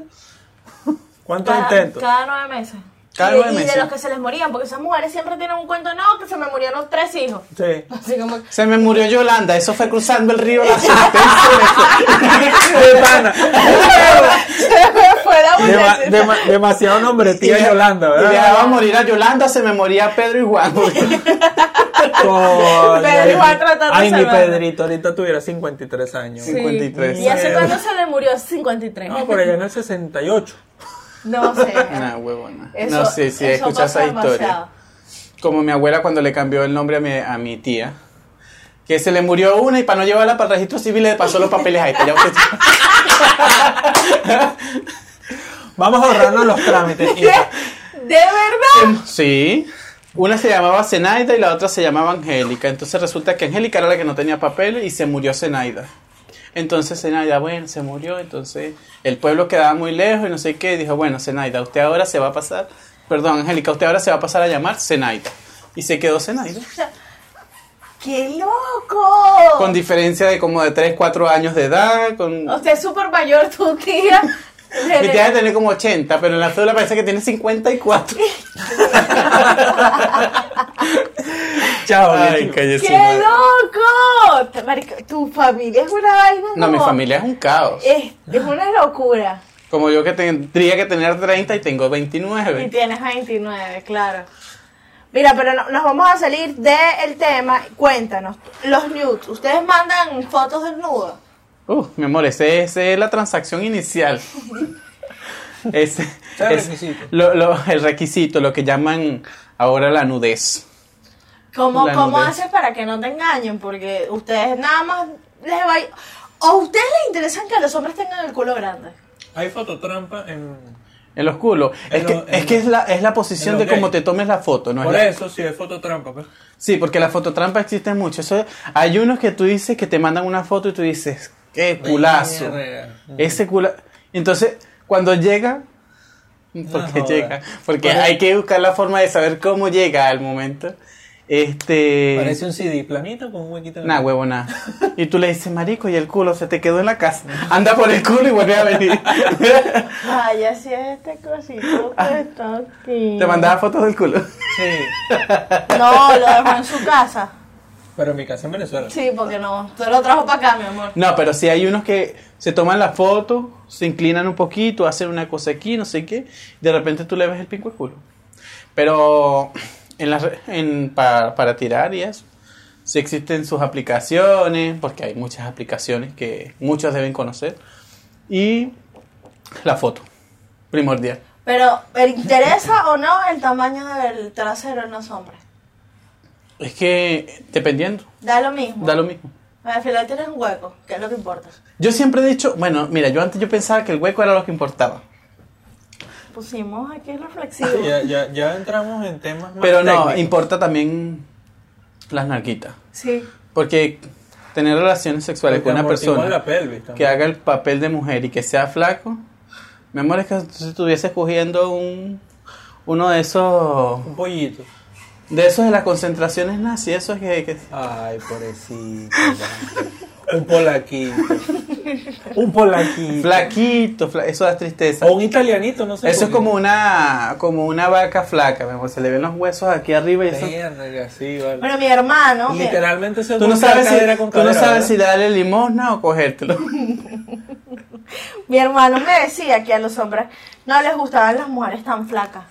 ¿Cuántos Cada, intentos? cada nueve meses. Cada y, nueve y meses. de los que se les morían, porque esas mujeres siempre tienen un cuento, no, que se me murieron tres hijos. Sí. Así como, que, Se me murió Yolanda, eso fue cruzando el río la asistencia. De pana. se me fue la Dema- mujer. dema- demasiado nombre, tía Yolanda, Y ¿verdad? dejaba morir a Yolanda, se me moría Pedro y Juan. Coño. Pedro igual tratando Ay, de mi salvarla. Pedrito ahorita tuviera 53 años. Sí. 53 ¿Y hace años. cuándo se le murió? 53. No, por allá en el 68. No sé. Nah, huevona. Eso, no sé si eso escuchas pasa esa historia. demasiado. Como mi abuela cuando le cambió el nombre a mi, a mi tía. Que se le murió una y para no llevarla para el registro civil le pasó los papeles a esta. Ya usted- Vamos a ahorrarnos los trámites. hija. ¿De Em, verdad? Sí. Una se llamaba Zenaida y la otra se llamaba Angélica. Entonces resulta que Angélica era la que no tenía papel y se murió Zenaida. Entonces Zenaida, bueno, se murió. Entonces el pueblo quedaba muy lejos y no sé qué. Y dijo, bueno, Zenaida, usted ahora se va a pasar. Perdón, Angélica, usted ahora se va a pasar a llamar Zenaida. Y se quedó Zenaida. ¡Qué loco! Con diferencia de como de 3, 4 años de edad. Con... Usted es súper mayor, tu tía. Mi tía debe tener como 80, pero en la cédula parece que tiene 54. Chao, bicho. cállese, ¡Qué madre. loco! Te- marico, Tu familia es una vaina. No, mi como- familia es un caos. Eh, Es, es una locura. Como yo que tendría que tener 30 y tengo Y 29. tienes 29, claro. Mira, pero no- nos vamos a salir del tema. Cuéntanos, los nudes. ¿Ustedes mandan fotos desnudas? Uh, mi amor, esa es la transacción inicial. Ese Ese es el es requisito. lo- lo- el requisito, lo que llaman ahora la nudez. ¿Cómo, La ¿cómo nudez. haces para que no te engañen? Porque ustedes nada más les va... ¿O a ustedes les interesan que los hombres tengan el culo grande? Hay fototrampa en. En los culos. Es En que, lo- en es, que lo- es, la, es la posición en de lo cómo te gay. tomes la foto, ¿no? es Por la- eso sí, es fototrampa. pues. Sí, porque las fototrampas existen mucho. Eso, hay unos que tú dices que te mandan una foto y tú dices, qué culazo. Verga. Ese culazo. Entonces, cuando llega, porque joda. llega, porque Parece- hay que buscar la forma de saber cómo llega al momento. Este. Parece un CD planito con un huequito. Nah, huevo, nah. Y tú le dices, marico, y el culo se te quedó en la casa. Anda por el culo y vuelve a venir. Ay, así es este cosito que está aquí. Ah. te mandaba fotos del culo. Sí. No, lo dejó en su casa. Pero en mi casa en Venezuela. Sí, porque no. Usted lo trajo para acá, mi amor. No, pero sí hay unos que se toman la foto, se inclinan un poquito, hacen una cosa aquí, no sé qué, de repente tú le ves el pinco al culo. Pero en las re- en, para, para tirar y eso, sí existen sus aplicaciones, porque hay muchas aplicaciones que muchos deben conocer, y la foto, primordial. Pero, ¿le interesa o no el tamaño del trasero en los hombres? Es que, dependiendo, Da lo mismo. da lo mismo. Al final tienes un hueco, que es lo que importa. Yo siempre he dicho, bueno, mira, yo antes yo pensaba que el hueco era lo que importaba. Pusimos aquí reflexivo. Ya, ya, ya entramos en temas más Pero no, técnicos. importa también las narquitas. Sí. Porque tener relaciones sexuales Porque con una amortigua persona la pelvis también. que haga el papel de mujer y que sea flaco, mi amor, es que si estuviese cogiendo un, uno de esos, Un pollito. de esos de las concentraciones nazis, eso es que, que- Ay, pobrecito. un polaquito. Un polaquito. flaquito, fla- eso da tristeza. O un italianito, no sé. Eso por es qué. como una, como una vaca flaca, mi amor, se le ven los huesos aquí arriba y eso... Verga, sí, vale. Bueno, mi hermano. mi- Literalmente se Tú no junta sabes si, cadera con tú no cadera, sabes si ¿verdad? darle limosna o cogértelo. Mi hermano me decía que a los hombres no les gustaban las mujeres tan flacas,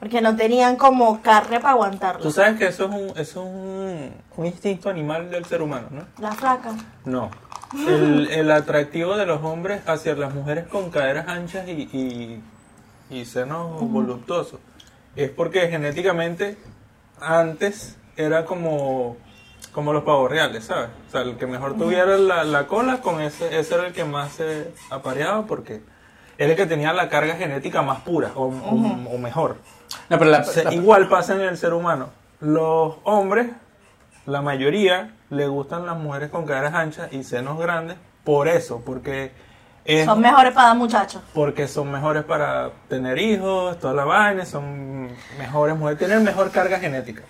porque no tenían como carne para Tú aguantarlas. sabes que eso es, un, eso es un, un instinto animal del ser humano, ¿no? Las flacas. No. El, el atractivo de los hombres hacia las mujeres con caderas anchas y, y, y senos voluptuosos es porque genéticamente antes era como, como los pavos reales, ¿sabes? O sea, el que mejor tuviera la, la cola, con ese, ese era el que más se apareaba porque era el que tenía la carga genética más pura o, o- o mejor. No, pero la- O sea, la- igual pasa en el ser humano. Los hombres, la mayoría, le gustan las mujeres con caderas anchas y senos grandes por eso, porque Es Son mejores para dar muchachos. porque son mejores para tener hijos, toda la vaina, son mejores mujeres, tienen mejor carga genética.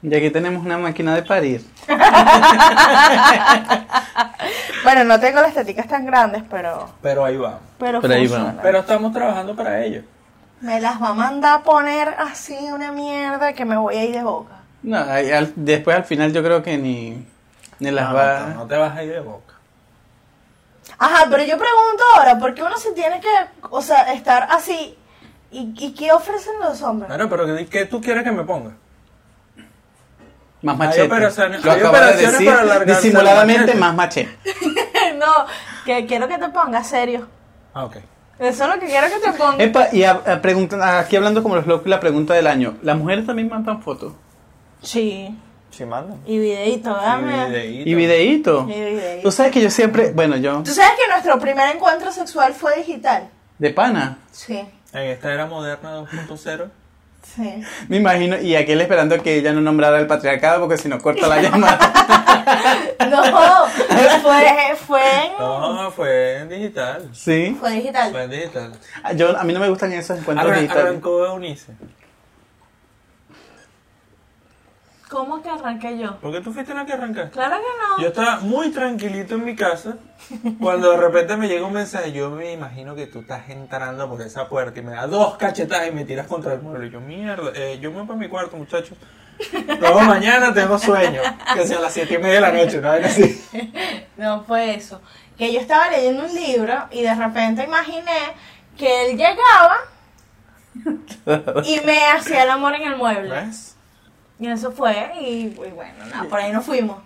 Y aquí tenemos una máquina de parir. Bueno, no tengo las teticas tan grandes, pero. Pero ahí va. Pero, Pero ahí funciona. va. Pero estamos trabajando para ello. Me las va a mandar a poner así una mierda que me voy a ir de boca. No, ahí al- después al final yo creo que ni, ni las No, va. no, no te vas a ir de boca. Ajá, pero yo pregunto ahora, ¿por qué uno se tiene que, o sea, estar así? ¿Y, y qué ofrecen los hombres? Bueno, pero ¿qué, qué tú quieres que me ponga? Más machete. operaciones- Lo hay acabo de operaciones decir. para alargarse el Disimuladamente machete. más machete. no, que quiero que te pongas serio. Ah, ok. Eso es lo que quiero que te pongas. Eh. Epa, y a- a pregunta- aquí hablando como los locos, la pregunta del año. ¿Las mujeres también mandan fotos? Sí, Sí, manda. y videíto, dame. videíto. ¿Y videíto? Y videíto. Tú sabes que yo siempre, bueno, yo, ¿Tú sabes que nuestro primer encuentro sexual fue digital? de pana, Sí, En esta era moderna 2.0. sí. me imagino, y aquel esperando que ella no nombrara el patriarcado porque si no corta la llamada. No, fue, fue, en- No, fue en digital. sí. fue digital. Fue en digital. Ah, Yo, a mí no me gustan esos encuentros Arran- digitales. arrancó Eunice. ¿Cómo que arranqué yo? ¿Por qué tú fuiste la que arrancaste? Claro que no. Yo estaba muy tranquilito en mi casa cuando de repente me llega un mensaje. Yo me imagino que tú estás entrando por esa puerta y me das dos cachetadas y me tiras contra el mueble. Yo, mierda, eh, yo me voy para mi cuarto, muchachos. Luego mañana tengo sueño. Que sea a las siete y media de la noche, una vez así. No fue eso. Que yo estaba leyendo un libro y de repente imaginé que él llegaba y me hacía el amor en el mueble. ¿Ves? Y eso fue, y, y bueno, nada, por ahí nos fuimos.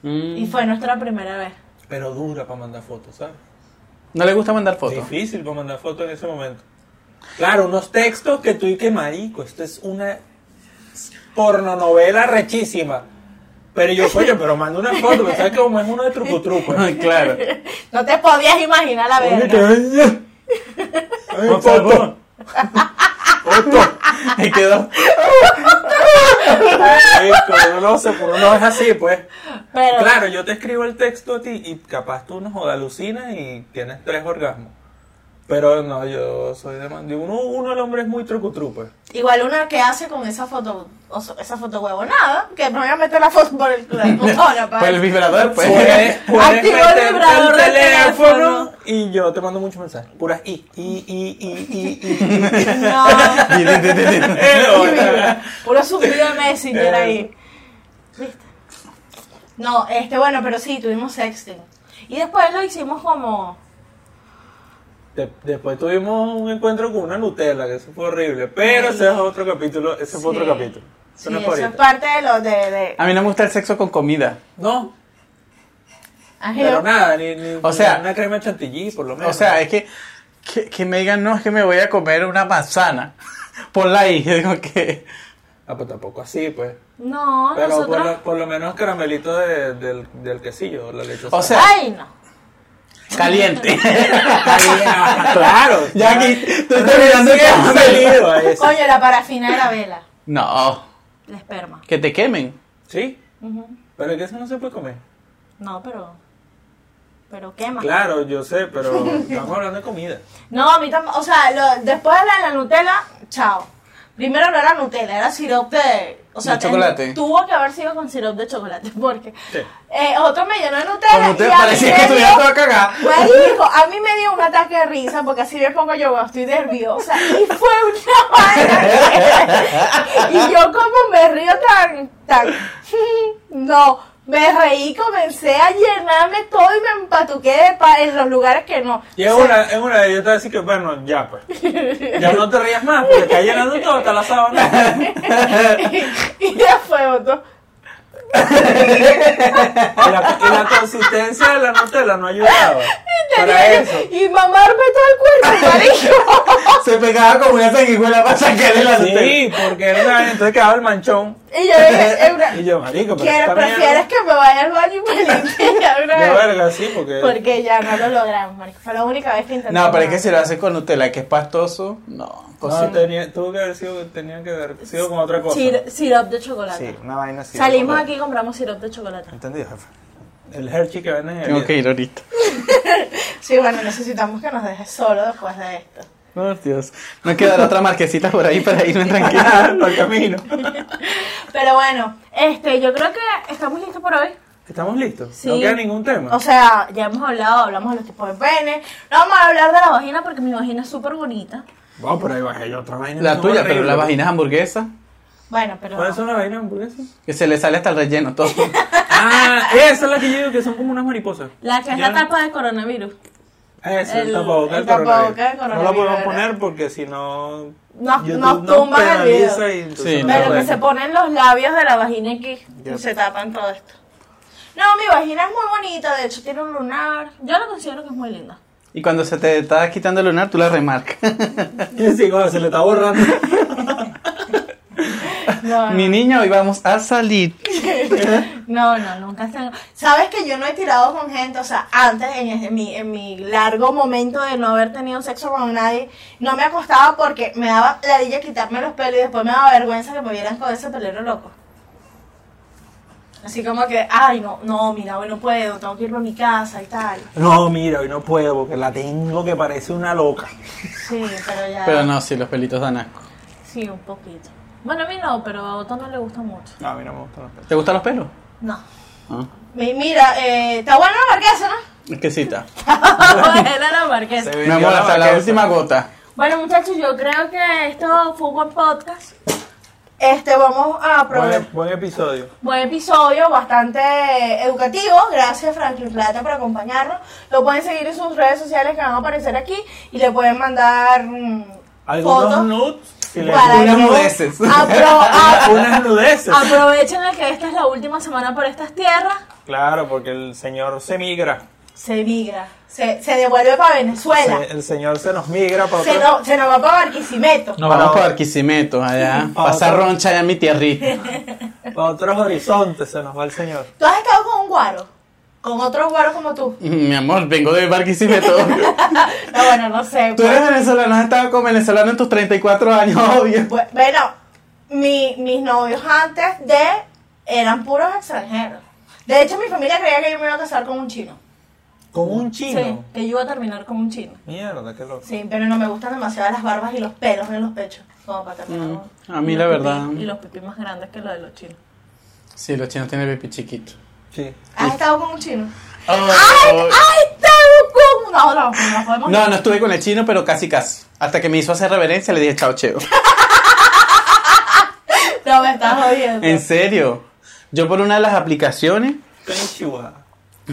Mm. Y fue nuestra primera vez. Pero dura para mandar fotos, ¿sabes? No le gusta mandar fotos. Difícil para mandar fotos en ese momento. Claro, unos textos que tú y que marico, esto es una pornonovela rechísima. Pero yo, coño, pero mando una foto, me sabes que como es uno de truco truco. claro. No te podías imaginar la verga. Ay, foto. Foto. Y quedó. Marico, no sé, uno no es así, pues. Pero, Claro, yo te escribo el texto a ti y capaz tú nos jodalucinas y tienes tres orgasmos. Pero no, yo soy de man- Uno, uno el hombre es muy truco-truco. igual uno que hace con esa foto, o sea, esa foto huevo, nada, que me voy a meter la foto por el, por el botón, Por el aparte. vibrador, pues. Puedes, puedes Activo el meterte vibrador del teléfono. y yo te mando muchos mensajes. Puras i, i, i, i, i, i. pues. Eh, No, Di, di, di, di, di. Puro subido de Messenger ahí. ¿Viste? No, este, bueno, pero sí, tuvimos sexting. Y después lo hicimos como. De- después tuvimos un encuentro con una Nutella, que eso fue horrible. Pero ese es otro capítulo, ese fue Sí. otro capítulo. Eso Sí, no es eso por es ahorita. parte de lo de. de A mí no me gusta el sexo con comida. No, Ángel, pero nada, ni, ni- O sea- una crema chantilly por lo menos. O sea, es que, que, que me digan, no, es que me voy a comer una manzana. Ponla ahí. Yo digo que. Ah, pues tampoco así, pues. No, Pero por, nosotros. lo, por lo menos caramelito de- del, del quesillo, la leche. O sea, Ay, no. caliente. claro. Ya aquí, tú estás mirando el Recién caramelo. salido a ese. Coño, la parafina de la vela. No, La esperma. que te quemen. Sí, Ujú. pero es que eso no se puede comer. No, pero. Pero quema. Claro, yo sé, pero estamos hablando de comida. No, a mí tampoco. O sea, lo- después de la, la Nutella, chao. Primero no era Nutella, era sirope de. O sea, De chocolate. tuvo que haber sido con sirope de chocolate, porque. Sí. eh, otro me llenó de Nutella. Como te y a mí parecía me que dio- estuviera toda cagada. Marico, a mí me dio un ataque de risa porque así me pongo yo, bueno, estoy nerviosa. Y fue una vaina. Y yo como me río tan, tan. No, me reí, comencé a llenarme todo y me empatuqué de pa- en los lugares que no. Y es una, es una de ellas así que, bueno, ya pues. Ya no te rías más, porque está llenando todo hasta la sábana. y después otro. Y la, y la consistencia de la Nutella no ayudaba. Para Tenía eso. que- Y mamarme todo el cuerpo, marico. Se pegaba como una sanguijuela para sacarle la Nutella. Sí, porque era una- entonces quedaba el manchón. y yo dije, eh, Y una- yo, marico, pero ¿quieres, esta mierda- prefieres que me vaya al baño y me limpie ya una De vez? verga, sí, porque... Porque ya no lo logramos, marico. Fue la única vez que intentamos. No, pero es que si lo haces con Nutella, que es pastoso, no. No, cosita. tenía, tuvo que haber sido, tenía que haber sido con otra cosa. Sir- sirope de chocolate. una vaina así. Salimos aquí y compramos sirope de chocolate. Entendido, jefe. El Hershey que venden en el Tengo que ir ahorita. Sí, bueno, necesitamos que nos dejes solo después de esto. Oh, Dios. No quedará otra marquesita por ahí para irme tranquila. Por camino. Pero bueno, este, yo creo que estamos listos por hoy. ¿Estamos listos? Sí. No queda ningún tema. O sea, ya hemos hablado, hablamos de los tipos de pene. No vamos a hablar de la vagina porque mi vagina es súper bonita. Vamos, por ahí bajé yo otra vaina. La tuya, pero la vagina. vagina es hamburguesa. Bueno, pero. ¿Cuáles son las vainas hamburguesas? Que se le sale hasta el relleno todo. ah, esa es la que yo digo que son como unas mariposas. La que es Ya la no- tapa de coronavirus. Eso, el, El- tapabocas el del coronavirus. tapabocas del No lo coronavirus, podemos ¿verdad? poner porque si no. Nos- YouTube nos tumban el penaliza video. y entonces Sí, no Pero que podemos. se ponen los labios de la vagina aquí Ya. y se tapan todo esto. No, mi vagina es muy bonita, de hecho tiene un lunar. Yo la considero que es muy linda. Y cuando se te está quitando el lunar, tú la remarcas. Y sí, cuando se le está borrando. No, Mi niño, hoy vamos a salir. no, no, nunca se... Sabes que yo no he tirado con gente, o sea, antes, en, en mi, en mi largo momento de no haber tenido sexo con nadie, no me acostaba porque me daba la dilla quitarme los pelos y después me daba vergüenza que me vieran con ese pelero loco. Así como que, ay, no, no, mira, hoy no puedo, tengo que irme a mi casa y tal. No, mira, hoy no puedo porque la tengo que parece una loca. Sí, pero ya. Pero no, sí, los pelitos dan asco. Sí, un poquito. Bueno, a mí no, pero a Otto no le gusta mucho. No, a mí no me gustan los pelos. ¿Te gustan los pelos? No. Ah, Mi- mira, eh, está buena la marquesa, ¿no? es que sí, está. Está buena la marquesa. Mi amor, hasta la última gota. Bueno, muchachos, yo creo que esto fue un buen podcast. Este, vamos a probar. Buen, buen episodio. Buen episodio, bastante educativo. Gracias, Franklin Plata, por acompañarnos. Lo pueden seguir en sus redes sociales que van a aparecer aquí y le pueden mandar mm, Algunos fotos. nudes. si les para Unas que nudeces. apro- gustan. a- Unas nudeces. aprovechen el que esta es la última semana por estas tierras. Claro, porque el señor se migra. Se migra, se, se devuelve para Venezuela. Se- el señor se nos migra para Se, otro- no, se nos va para Barquisimeto. No, vamos para- para Barquisimeto, allá. Para Pasar otro- roncha allá en mi tierrita. para otros horizontes. Se nos va el señor. ¿Tú has estado con un guaro? ¿Con otro guaro como tú? Mi amor, vengo de Barquisimeto. No, bueno, no sé. Tú pues. eres venezolano, has estado con venezolano en tus 34 años, obvio. Bu- Pues, Bueno, mi- mis novios antes de eran puros extranjeros. De hecho, mi familia creía que yo me iba a casar con un chino. Con un chino. Sí, que yo iba a terminar con un chino. Mierda, qué loco. Sí, pero no me gustan demasiado las barbas y los pelos en los pechos. Como para terminar. con- Mm, a mí y la los verdad. pipí- y los pipí más grandes que los de los chinos. Sí, los chinos tienen el pipi chiquito. Sí. Pues, ¿Has estado con un chino? Oh, ¡Ay! oh. ¡Ay! ¡Te No, no, no podemos. No, no estuve con el chino, pero casi casi. Hasta que me hizo hacer reverencia, le dije chao, cheo. No me estás jodiendo. En serio. Yo por una de las aplicaciones Konnichiwa.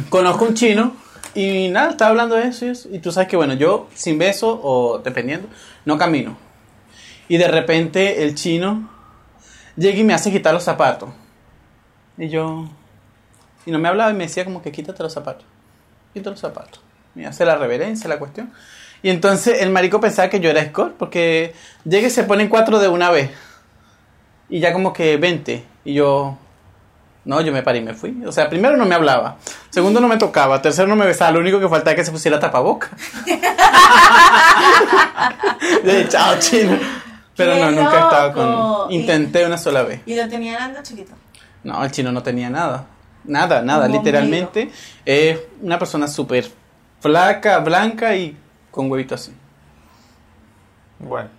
conozco un chino y nada, estaba hablando de eso y, eso, y tú sabes que bueno, yo sin beso o dependiendo, no camino. Y de repente el chino llega y me hace quitar los zapatos. Y yo... Y no me hablaba y me decía como que quítate los zapatos. Quítate los zapatos. Me hace la reverencia, la cuestión. Y entonces el marico pensaba que yo era escort porque llega y se ponen cuatro de una vez. Y ya como que 20. Y yo, no, yo me paré y me fui. O sea, primero no me hablaba. Segundo no me tocaba. Tercero no me besaba. Lo único que faltaba era que se pusiera tapaboca. De chao, chino. Pero ¡Qué no, nunca he estado loco! con... Intenté una sola vez. Y lo tenía grande o chiquito. No, el chino no tenía nada. Nada, nada. Literalmente es una persona súper flaca, blanca y con huevito así. Bueno.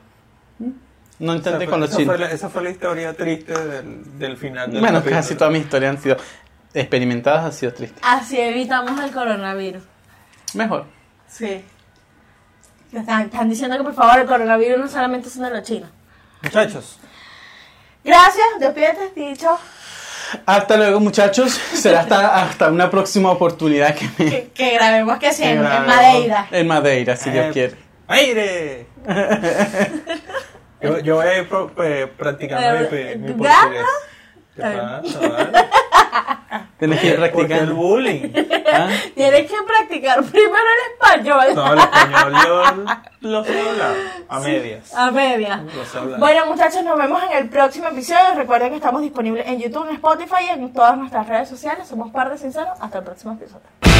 No Esa intenté fue- con los esa fue chinos. la- Esa fue la historia triste del, del final del Bueno, capítulo. casi toda mi historia han sido experimentadas, ha sido triste. Así evitamos el coronavirus. Mejor. Sí. Están, están diciendo que por favor el coronavirus no solamente es uno de los chinos. Muchachos, Gracias, despídete, dicho. Hasta luego, muchachos. Será hasta, hasta una próxima oportunidad que me. Que, que grabemos que sí, en, en grabemos. Madeira. En Madeira, si Eh, Dios quiere. ¡Aire! yo, yo voy a ir pro- eh, practicando mi, pe- mi ¿Gana? portugués. Ah, ¿Qué Está pasa, vale? Tienes que ir Porque el practicando. bullying. ¿Ah? Tienes que practicar primero el español. No, el español yo lo sé hablar. A medias. A media. Lo sé hablar. Bueno, muchachos, nos vemos en el próximo episodio. Recuerden que estamos disponibles en YouTube, en Spotify y en todas nuestras redes sociales. Somos Par de Sinceros. Hasta el próximo episodio.